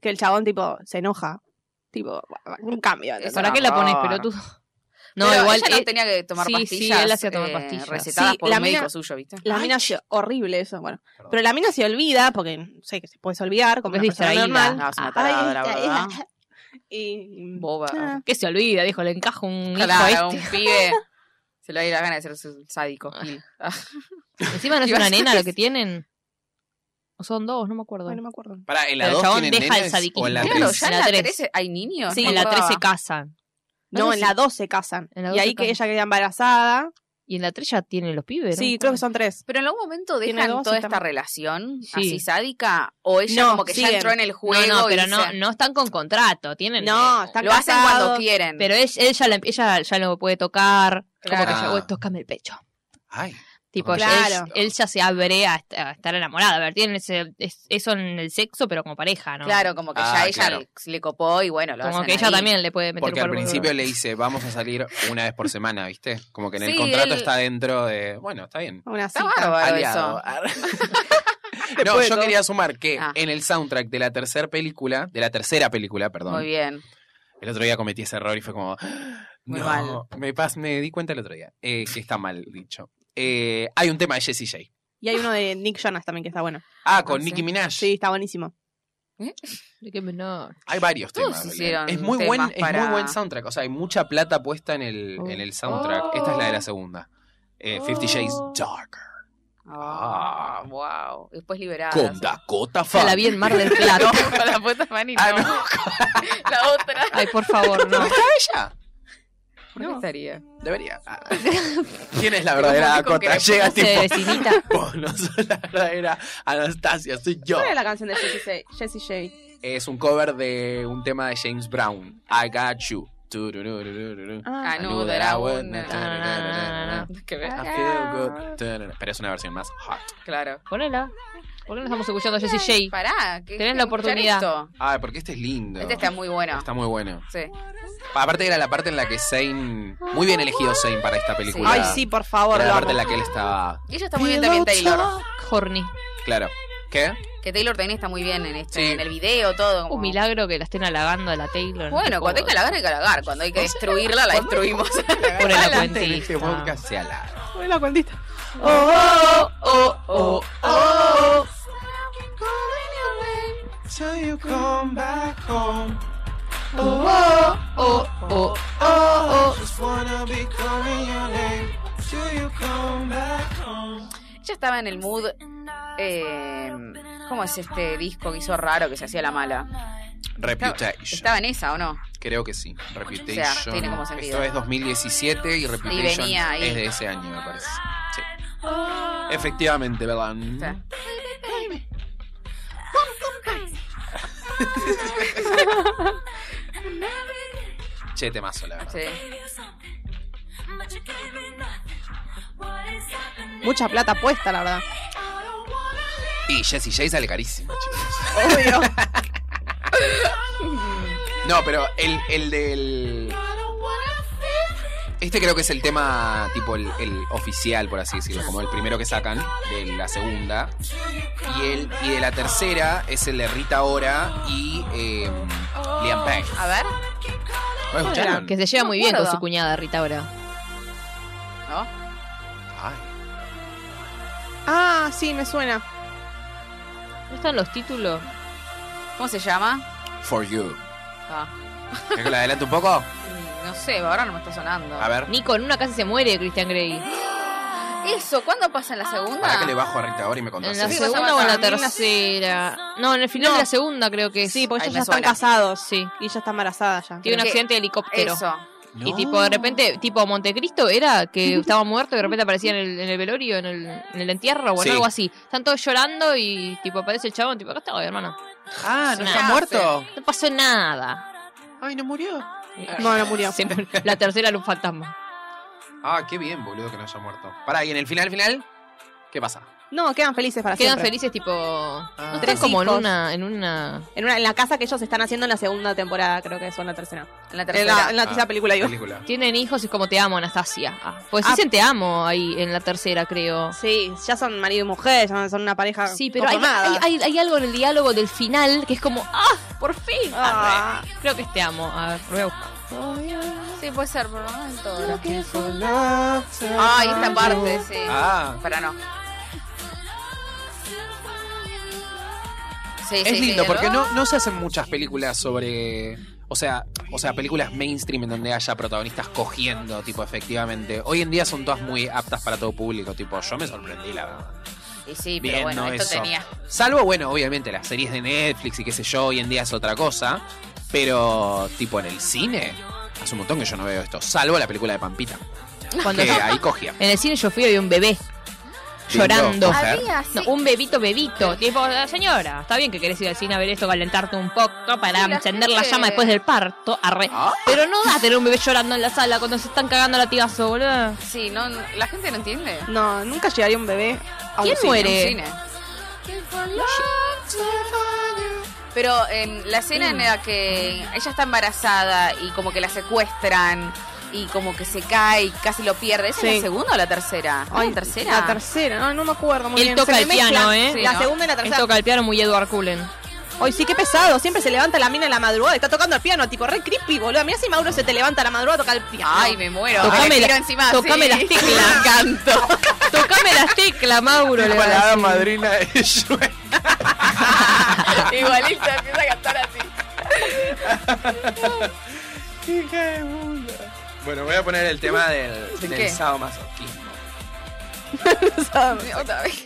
E: que el chabón tipo se enoja. Tipo, un cambio.
D: Es
E: entonces,
C: ¿Para qué la pones,
D: horror.
C: pelotudo? No,
D: Pero
C: igual.
D: ella no
C: eh,
D: tenía que tomar
C: sí, sí,
D: pastillas.
C: él hacía tomar
D: eh,
C: pastillas.
D: recetadas
E: Sí,
D: por
E: la
D: un médico
E: mina-
D: suyo, ¿viste?
E: La mina se- horrible eso, bueno. Pero la mina se olvida, porque no sé que se puede olvidar, como
C: Es
E: una persona
C: distraída.
E: normal.
D: No, se
C: Ah,
D: mataba, la
E: esta-
D: verdad.
E: esta- Y.
D: Boba.
E: Ah.
C: Que se olvida, dijo, le encajo un hijo a
D: Claro,
C: este.
D: un pibe. Se le da la gana de ser su sádico. Gil. Ah,
C: Encima no es
D: Ibas
C: una
D: a
C: nena lo que
D: decir-
C: tienen. O son dos, no me acuerdo.
E: Ay, no me acuerdo.
A: Para, en la
C: Pero
A: 2
C: el chabón
A: tienen
C: deja el
A: nenes
C: sadiquismo.
A: o en la
D: Claro,
A: tres?
D: ya en la
C: En la
D: 13 hay niños.
E: Sí,
D: no
C: en la
D: me
C: 3 se
D: acordaba.
C: casan.
E: No,
C: sé
E: en
C: si-
E: la 2 se casan.
C: En la
E: y
C: 12
E: ahí que
C: casan.
E: ella queda embarazada.
C: Y en la 3 ya tienen los pibes. ¿no?
E: Sí, creo que son tres.
D: Pero en algún momento
E: Tiene
D: dejan
E: dos y
D: toda
E: está
D: esta
E: mal.
D: relación
C: Sí.
D: así sádica o ella
E: No,
D: como que
E: siguen.
D: ya entró en el
C: No,
D: juego.
C: no,
D: y
C: pero no,
D: dice,
C: no están con contrato. Tienen,
E: No,
C: eh,
E: están
D: lo hacen
E: casados.
D: cuando quieren.
C: Pero ella, ella, la- ella ya lo puede tocar. Como que
A: Claro.
C: ya, "Uy, tócame el pecho.
A: Ay,
C: Tipo,
A: Claro.
C: él, él ya se abre a, est- a estar enamorada. A ver, tienen ese, es- eso en el sexo, pero como pareja, ¿no?
D: Claro, como que
A: Ah,
D: ya ella
A: claro.
D: le, le copó y bueno, lo
C: Como
D: hacen
C: que ella
D: ahí.
C: también le puede meter
A: porque al
C: un palo por el
A: principio
C: huevo.
A: le dice, vamos a salir una vez por semana, ¿viste? Como que en el
D: Sí,
A: contrato
D: él-
A: está dentro de. Bueno, está bien.
E: Una
D: Está
E: cita.
D: bárbaro
A: Aliado. Ah.
D: eso.
A: no,
E: de
A: yo
E: todo.
A: quería sumar que
D: Ah.
A: en el soundtrack de la tercera película, de la tercera película, perdón,
D: Muy bien.
A: el otro día cometí ese error y fue como. "Ah,
D: Muy
A: no,
D: mal.
A: Me, pas- me di cuenta el otro día eh, que está mal dicho. Eh, hay un tema de Jessie J.
E: Y hay uno de Nick Jonas también que está bueno.
A: Ah, con
D: Ah,
A: Nicki
D: sí.
A: Minaj.
E: Sí, está buenísimo.
C: Ay, qué menor.
A: Hay varios
D: Todos
A: temas.
D: hicieron
A: es muy
D: temas
A: buen, es
D: para- Oh.
A: muy buen soundtrack. O sea, hay mucha plata puesta en el, en el soundtrack. Esta es la de la segunda. Eh, Fifty Shades
D: Oh.
A: Darker.
D: Ah, wow. Después liberada.
A: Con Dakota
C: Se la
A: Fanning.
C: vi en Mar del Plata.
D: Con la puta manita.
A: Ah, no.
D: La otra.
C: Ay, por favor,
A: ¿No
C: no.
A: está ella?
D: ¿Por qué estaría?
A: Debería. Ah. ¿Quién es la verdadera
D: Como con
A: Dakota?
D: que-
A: Llega
C: Se
A: tipo.
C: vecinita.
A: Vos no sos la verdadera Anastasia, soy yo.
E: ¿Cuál es la canción de Jessie J? Jessie J?
A: es un cover de un tema de James Brown, I Got You. Turururururu.
E: Ah,
D: I know
A: knew
D: that
A: that
D: I
A: I would-
D: would-
C: na, na, na,
D: Que ve-
A: I feel good. Turururu. Pero es una versión más hot.
D: Claro.
C: Ponela. ¿Por qué no estamos escuchando a Jessie J?
D: Pará, que
C: Tenés la
D: escuchar
C: oportunidad.
D: esto.
A: Ah, porque este es lindo.
D: Este está muy bueno.
A: Está muy bueno.
D: Sí.
A: Aparte era la parte en la que Zane... Muy bien elegido Zane para esta película.
E: Ay, sí, por favor.
A: Era
E: lo
A: la parte en
E: amo.
A: la que él estaba...
D: Y ella está muy bien también, Taylor.
C: Horny.
A: Claro. ¿Qué?
D: Que Taylor también está muy bien en este,
A: Sí.
D: en el video, todo. como-
C: Un milagro que la estén halagando a la Taylor.
D: Bueno, cuando hay que halagar, hay que halagar. Cuando hay que destruirla, la destruimos.
C: Por el
D: Adelante.
A: En
C: cuentista.
A: este podcast se alaba.
E: Pon la cuentita.
D: Oh, Ella estaba en el mood. eh, ¿Cómo es este disco que hizo raro que se hacía la mala?
A: Reputation.
D: Estaba en esa, ¿o no?
A: Creo que sí. Reputation.
D: O sea, tiene como sentido.
A: Esto es 2017 y Reputation
D: Y venía ahí.
A: es de ese año, me parece. Sí. Efectivamente, ¿verdad?
D: O sea,
A: Che, temazo, la verdad.
D: sí.
E: Mucha plata puesta, la verdad.
A: Y Jessie J sale carísima, chicos.
E: Obvio.
A: No, pero el, el del. Este creo que es el tema, tipo, el, el oficial, por así decirlo, como el primero que sacan de la segunda. Y, el, y de la tercera es el de Rita Ora y eh, Liam Payne.
D: A ver,
A: ¿No lo escucharon?
C: Que se lleva
D: No
C: muy bien con
D: acuerdo.
C: su cuñada Rita ahora.
D: ¿no?
A: Ay,
E: Ah, sí, me suena.
C: ¿No están los títulos?
D: ¿Cómo se llama?
A: For You.
D: Ah, mm,
A: ¿Querés que la adelante un poco?
D: no sé, ahora no me está sonando.
A: A ver.
C: Nico, en una casi se muere Christian Grey.
D: Eso, ¿cuándo pasa en la segunda?
A: ¿Para Ah. que le bajo a Rita Ora y me contás?
C: En la
D: Sí,
A: eso?
D: vas a
C: segunda o en la
D: matar.
C: tercera. No, en el final
E: No.
C: de la segunda creo que es.
E: Sí, porque
D: Ay,
E: ellos
D: me
E: ya están
D: suena.
E: casados.
C: Sí.
E: Y ella está embarazada ya.
C: Tiene un
D: que-
C: accidente de helicóptero.
D: Eso.
C: Y tipo, de repente, tipo Montecristo era que estaba muerto y de repente aparecía en el, en el velorio, en el, en el entierro o en
A: Sí.
C: algo así. Están todos llorando y tipo aparece el chabón, tipo, acá está, hermano.
A: Ah, ¿no está
D: Nah.
A: muerto?
C: No pasó nada.
A: Ay, ¿no murió?
E: No, no murió.
C: Se murió. La tercera era un fantasma.
A: Ah, qué bien, boludo, que no haya muerto. Pará, y en el final, final, ¿qué pasa?
E: No, quedan felices para
C: Quedan
E: siempre.
C: felices tipo... no están
A: Ah,
E: Tres
C: como en
E: hijos.
C: una, en una...
E: En, una- en la casa que ellos están haciendo en la segunda temporada, creo que es, o en la tercera.
D: En la
E: En
D: tercera.
E: la, en la
A: Ah,
E: tercera película, digo.
A: Película.
C: Tienen hijos y es como te amo, Anastasia. Ah, pues dicen te amo ahí en la tercera, creo.
E: Sí, ya son marido y mujer, ya son una pareja.
C: Sí, pero hay, hay,
E: conformada.
C: hay- hay algo en el diálogo del final que es como, ¡ah! ¡Por fin!
E: Ah.
C: Arre. Creo que es te amo. A ver, lo voy a buscar.
D: Sí, puede ser, por lo menos en todo. Ay, esta Ah, parte, sí.
A: Ah,
D: Para no. Sí, sí,
A: es
D: sí, Ah,
A: lindo,
D: el-
A: porque no, no se hacen muchas películas sobre. O sea, o sea, películas mainstream en donde haya protagonistas cogiendo, tipo, efectivamente. Hoy en día son todas muy aptas para todo público, tipo, yo me sorprendí, la verdad.
D: Y sí, pero
A: Bien,
D: bueno,
A: no
D: esto
A: eso.
D: tenía.
A: Salvo, bueno, obviamente las series de Netflix y qué sé yo, hoy en día es otra cosa. Pero, tipo, en el cine, hace un montón que yo no veo esto. Salvo la película de Pampita,
C: Cuando
A: que ahí cogía.
C: En el cine yo fui y había un bebé llorando.
A: Lindo. Mujer.
D: Había, sí.
C: No, un bebito, bebito. Tipo, "Ah, señora, está bien que querés ir al cine a ver esto, calentarte un poco para
D: Sí, la
C: encender la
D: gente-
C: llama después del parto. Arre.
A: Ah.
C: Pero no da tener un bebé llorando en la sala cuando se están cagando a latigazo, boludo.
D: Sí, no, no- la gente no entiende.
E: No, nunca llegaría un bebé
A: Ah,
E: a un
C: ¿Quién
E: cine.
C: muere?
D: Un cine. Pero em, la escena en la que ella está embarazada y como que la secuestran y como que se cae y casi lo pierde. ¿Esa es
E: Sí.
D: la segunda o la tercera?
E: Ay,
D: ¿La tercera?
E: La tercera, no, no me acuerdo
C: Ah,
E: muy
C: Él
E: bien.
C: toca
E: Se me
C: el piano, ¿eh?
E: La
D: Sí, ¿no?
E: segunda y la tercera.
C: Esto calpearon muy Edward Cullen.
E: Hoy sí, qué pesado. Siempre se levanta la mina en la madrugada y está tocando el piano, tipo re creepy, boludo. Mira si Mauro se te levanta a la madrugada a tocar el piano.
D: Ay, me muero.
C: Tocame
D: Ay, me
C: la-
D: tiro encima,
C: tocame
D: sí.
C: las teclas.
D: Canto.
C: Tocame las teclas, Mauro. le va a decir.
A: madrina de
D: Igualito, empieza a cantar así.
A: Bueno, voy a poner el tema del,
D: ¿De
A: del
D: qué?
A: sadomasoquismo.
D: Otra vez.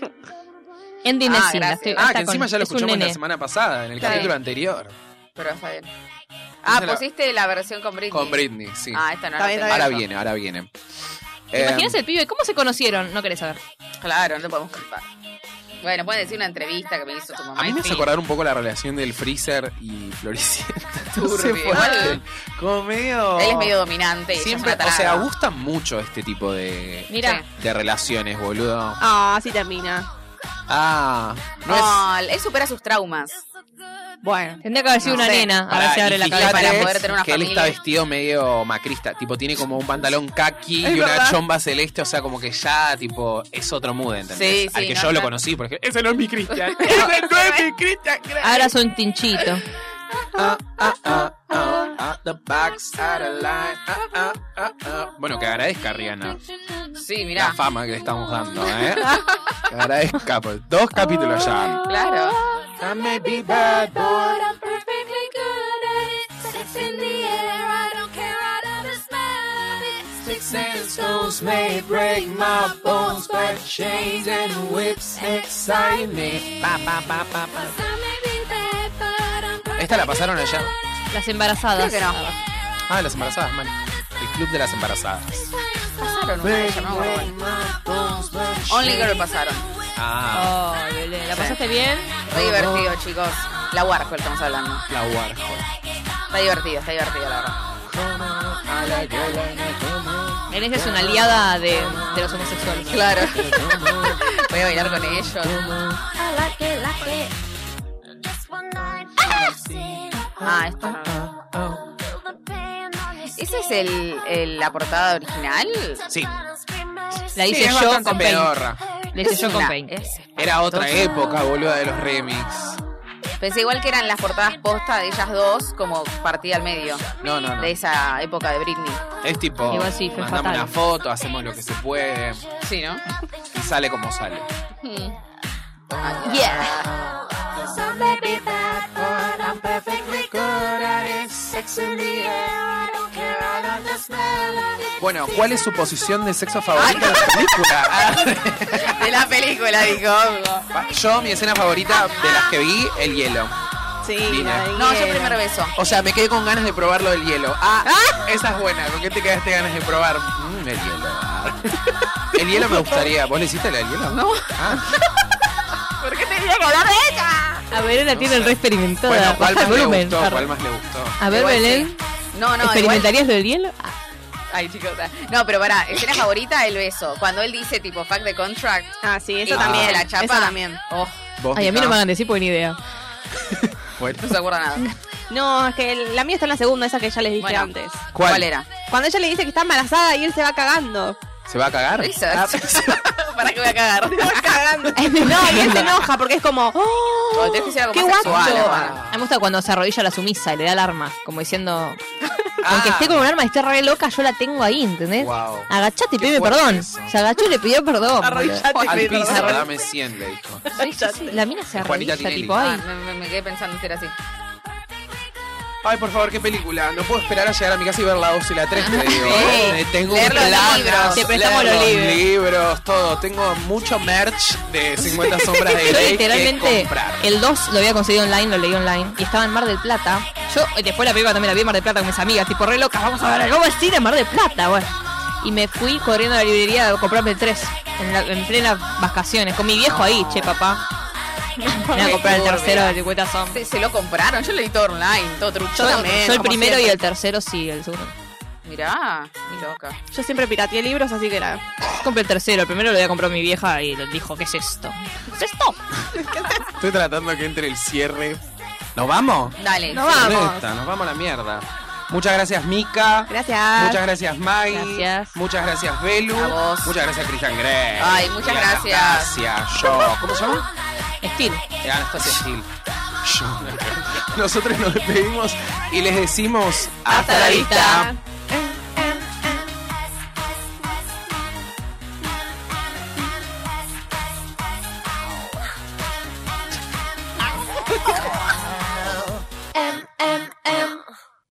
C: En
D: Ah,
C: Dinecina.
D: gracias.
C: estoy-
A: Ah,
C: está
A: que encima
C: con-
A: ya lo
C: es un
A: escuchamos la
C: nene.
A: semana pasada, en el
D: Sí.
A: capítulo anterior.
D: Pero está bien. Ah,
A: Esa la-
D: pusiste la versión con Britney.
A: Con Britney, sí.
D: Ah, esta no
E: Está
D: la tengo.
E: bien, pues está
A: ahora
E: eso.
A: viene, ahora viene.
C: ¿Te
A: Eh,
C: imaginas el pibe? ¿Cómo se conocieron? No querés saber.
D: Claro, no podemos contar. Bueno, pueden decir una entrevista que me hizo tu mamá.
A: A mí
D: en
A: me hace
D: fin.
A: acordar un poco la relación del Freezer y Floricienta. No sé
D: Turbio.
A: por qué.
D: Igual-
A: Como medio-
D: Él es medio dominante. Y ella es
A: Siempre,
D: una
A: o sea,
D: tarada.
A: gustan mucho este tipo de,
C: Mira,
A: de relaciones, boludo.
E: Ah, así termina.
A: Ah, no es.
D: No, él supera sus traumas.
E: Bueno.
C: tendría que haber sido
D: No
C: una
D: sé.
C: nena. A
A: Pará,
C: ver si abre
A: Ah, y
C: la
A: fíjate
C: cabeza
D: para
C: para poder.
D: poder tener una
A: que él está
D: familia.
A: vestido medio macrista. Tipo, tiene como un pantalón kaki
E: Es
A: y una
E: verdad.
A: chomba celeste. O sea, como que ya, tipo, es otro mood, ¿entendés?
D: Sí,
A: Al
D: sí,
A: que
D: no,
A: yo lo
D: no.
A: conocí, porque ese no es mi Cristian. ese no es mi Cristian.
C: Ahora es un tinchito.
A: Ah, ah, ah, ah, ah, the back's out of line. Ah, ah, ah, ah. Bueno, que agradezca Rihanna
D: Sí,
A: la
D: mirá.
A: fama que le estamos dando, ¿eh? Que agradezca por dos capítulos ya.
D: Claro.
A: I may be bad boy.
B: But I'm perfectly good at it. Sex in the air, I don't care, I love the smell of it. Sticks and stones may break my bones, but chains and whips excite me.
A: Pa, pa, pa, pa, pa.
B: Cause I may be bad, but I'm perfectly
A: Esta la pasaron allá.
C: Las embarazadas.
D: Creo que no.
A: Ah, las embarazadas, mal. El club de las embarazadas.
D: Pasaron una de ellas, no me acuerdo cuál. Only Girl pasaron.
A: Ah,
C: Oh, Belén, ¿La pasaste bien?
D: Está divertido, chicos. La Warhol estamos hablando.
A: la Warhol.
D: Está divertido, está divertido, la verdad.
C: Belén es una aliada de, de los homosexuales.
D: Claro. Voy a bailar con ellos. Ah, esto no. ¿Ese es el, el- la portada original?
A: Sí.
C: La
A: Sí,
C: hice
A: es
C: yo
A: bastante
C: con Paint.
A: pedorra.
C: La hice
D: Es
C: yo con
D: una-
C: Paint.
D: es-
A: Era otra época, boluda, de los remix.
D: Pensé igual que eran las portadas posta de ellas dos, como partida al medio.
A: No, no, no.
D: De esa época de Britney.
A: Es tipo,
C: Igual sí, fue
A: mandamos
C: fatal.
A: una foto, hacemos lo que se puede
D: Sí, ¿no?
A: y sale como sale.
D: Yeah.
A: Bueno, ¿cuál es su posición de sexo favorita en la película? Ah,
D: De la película, dijo.
A: Yo, mi escena favorita de las que vi, el hielo.
E: Sí,
A: Lina.
E: la de
D: No, yo
E: hielo.
D: primero beso.
A: O sea, me quedé con ganas de probar lo del hielo. Ah, esa es buena. ¿Con qué te quedaste ganas de probar? Mm, el hielo. Ah. El hielo me gustaría. ¿Vos le hiciste la del hielo? Ah. No.
D: Ah, ¿Por qué tenía que hablar de ella?
C: A Belén la tienen re experimentada.
A: Bueno, ¿cuál
C: Baja
A: más
C: el
A: le
C: volumen,
A: gustó?
C: Harry.
A: ¿Cuál más le gustó?
C: A ver,
D: Igual sí.
C: Belén,
D: No, no, igual-
C: ¿experimentarías lo del hielo? Ah,
D: Ay, chicos. ah. No, pero pará, escena favorita, el beso. Cuando él dice, tipo, fuck the contract.
E: Ah, sí,
D: y
E: eso también.
D: se la chapa.
E: Eso también.
D: Oh,
A: ¿Vos,
C: Ay, a mí
A: Mica?
C: no me hagan decir porque ni idea.
A: Bueno.
D: no se acuerda nada.
E: No, es que la mía está en la segunda, esa que ya les dije
D: Bueno.
E: antes.
A: ¿Cuál?
D: era?
E: Cuando ella le dice que está embarazada y él se va cagando.
A: ¿Se va a cagar? Ah,
C: Ah.
D: Esa. ¿Para qué voy a cagar?
E: cagando. No, y él se enoja porque es como. ¡oh!
D: O tenés que ser algo
E: ¡Qué
D: más
E: guapo!
D: sexual, hermano.
A: Ah.
C: A mí me gusta cuando se arrodilla la sumisa y le da el arma, como diciendo,
A: Ah,
C: aunque esté con un arma y esté re loca, yo la tengo ahí, ¿entendés?
A: Guau.
C: Agachate y
A: Qué
C: pide
A: fuerte
C: perdón.
A: eso.
C: Se agachó y le pidió perdón.
E: Arrodillate,
A: Al
E: Pedro.
A: piso, dame 100, le dijo.
C: Sí, sí, sí. La mina se
A: Juanita
C: arrodilla,
A: Tinelli.
C: tipo,
D: Ah,
C: ay.
D: me, me- me quedé pensando si era así.
A: Ay, por favor, qué película. No puedo esperar a llegar a mi casa y ver la 2 y la 3, te digo.
D: Sí.
A: Eh, Tengo
D: Leer los
A: planas,
D: libros.
C: Te prestamos
A: leer
C: los
A: libros.
C: libros.
A: todo. Tengo mucho merch de 50 sombras de
C: Yo
A: Grey que
C: literalmente
A: comprar.
C: el 2 lo había conseguido online, lo leí online y estaba en Mar del Plata. Yo eh, después la película también la vi en Mar del Plata con mis amigas, tipo re locas, vamos a ver algo al cine en Mar del Plata, bueno. Y me fui corriendo a la librería a comprarme el 3 en, la- en plenas vacaciones, con mi viejo ahí, che papá. Me voy a comprar el
D: turbia.
C: tercero de 50 sombras.
D: Se, se lo compraron, yo leí todo online, todo trucho
C: Yo,
D: también.
C: yo el
D: como
C: primero y
D: siempre.
C: el tercero sí, el segundo.
D: Mirá, mi loca.
E: Yo siempre pirateé libros, así que era.
C: Compré el tercero, el primero lo había comprado mi vieja y le dijo, ¿qué es esto? ¿Qué es esto?
A: Estoy tratando que entre el cierre. ¿Nos vamos?
D: Dale.
E: No vamos.
A: Neta, nos vamos a la mierda. Muchas gracias, Mika.
E: Gracias.
A: Muchas gracias, Mai.
C: Gracias.
A: Muchas gracias, Belu.
D: A vos.
A: Muchas gracias, Cristian Grey.
D: Ay, muchas
A: Y
D: gracias.
A: Anastasia, yo. ¿Cómo se llama?
C: Estilo.
A: Eh, Anastasia Gil. Yo. Nosotros nos despedimos y les decimos
C: Hasta la vista.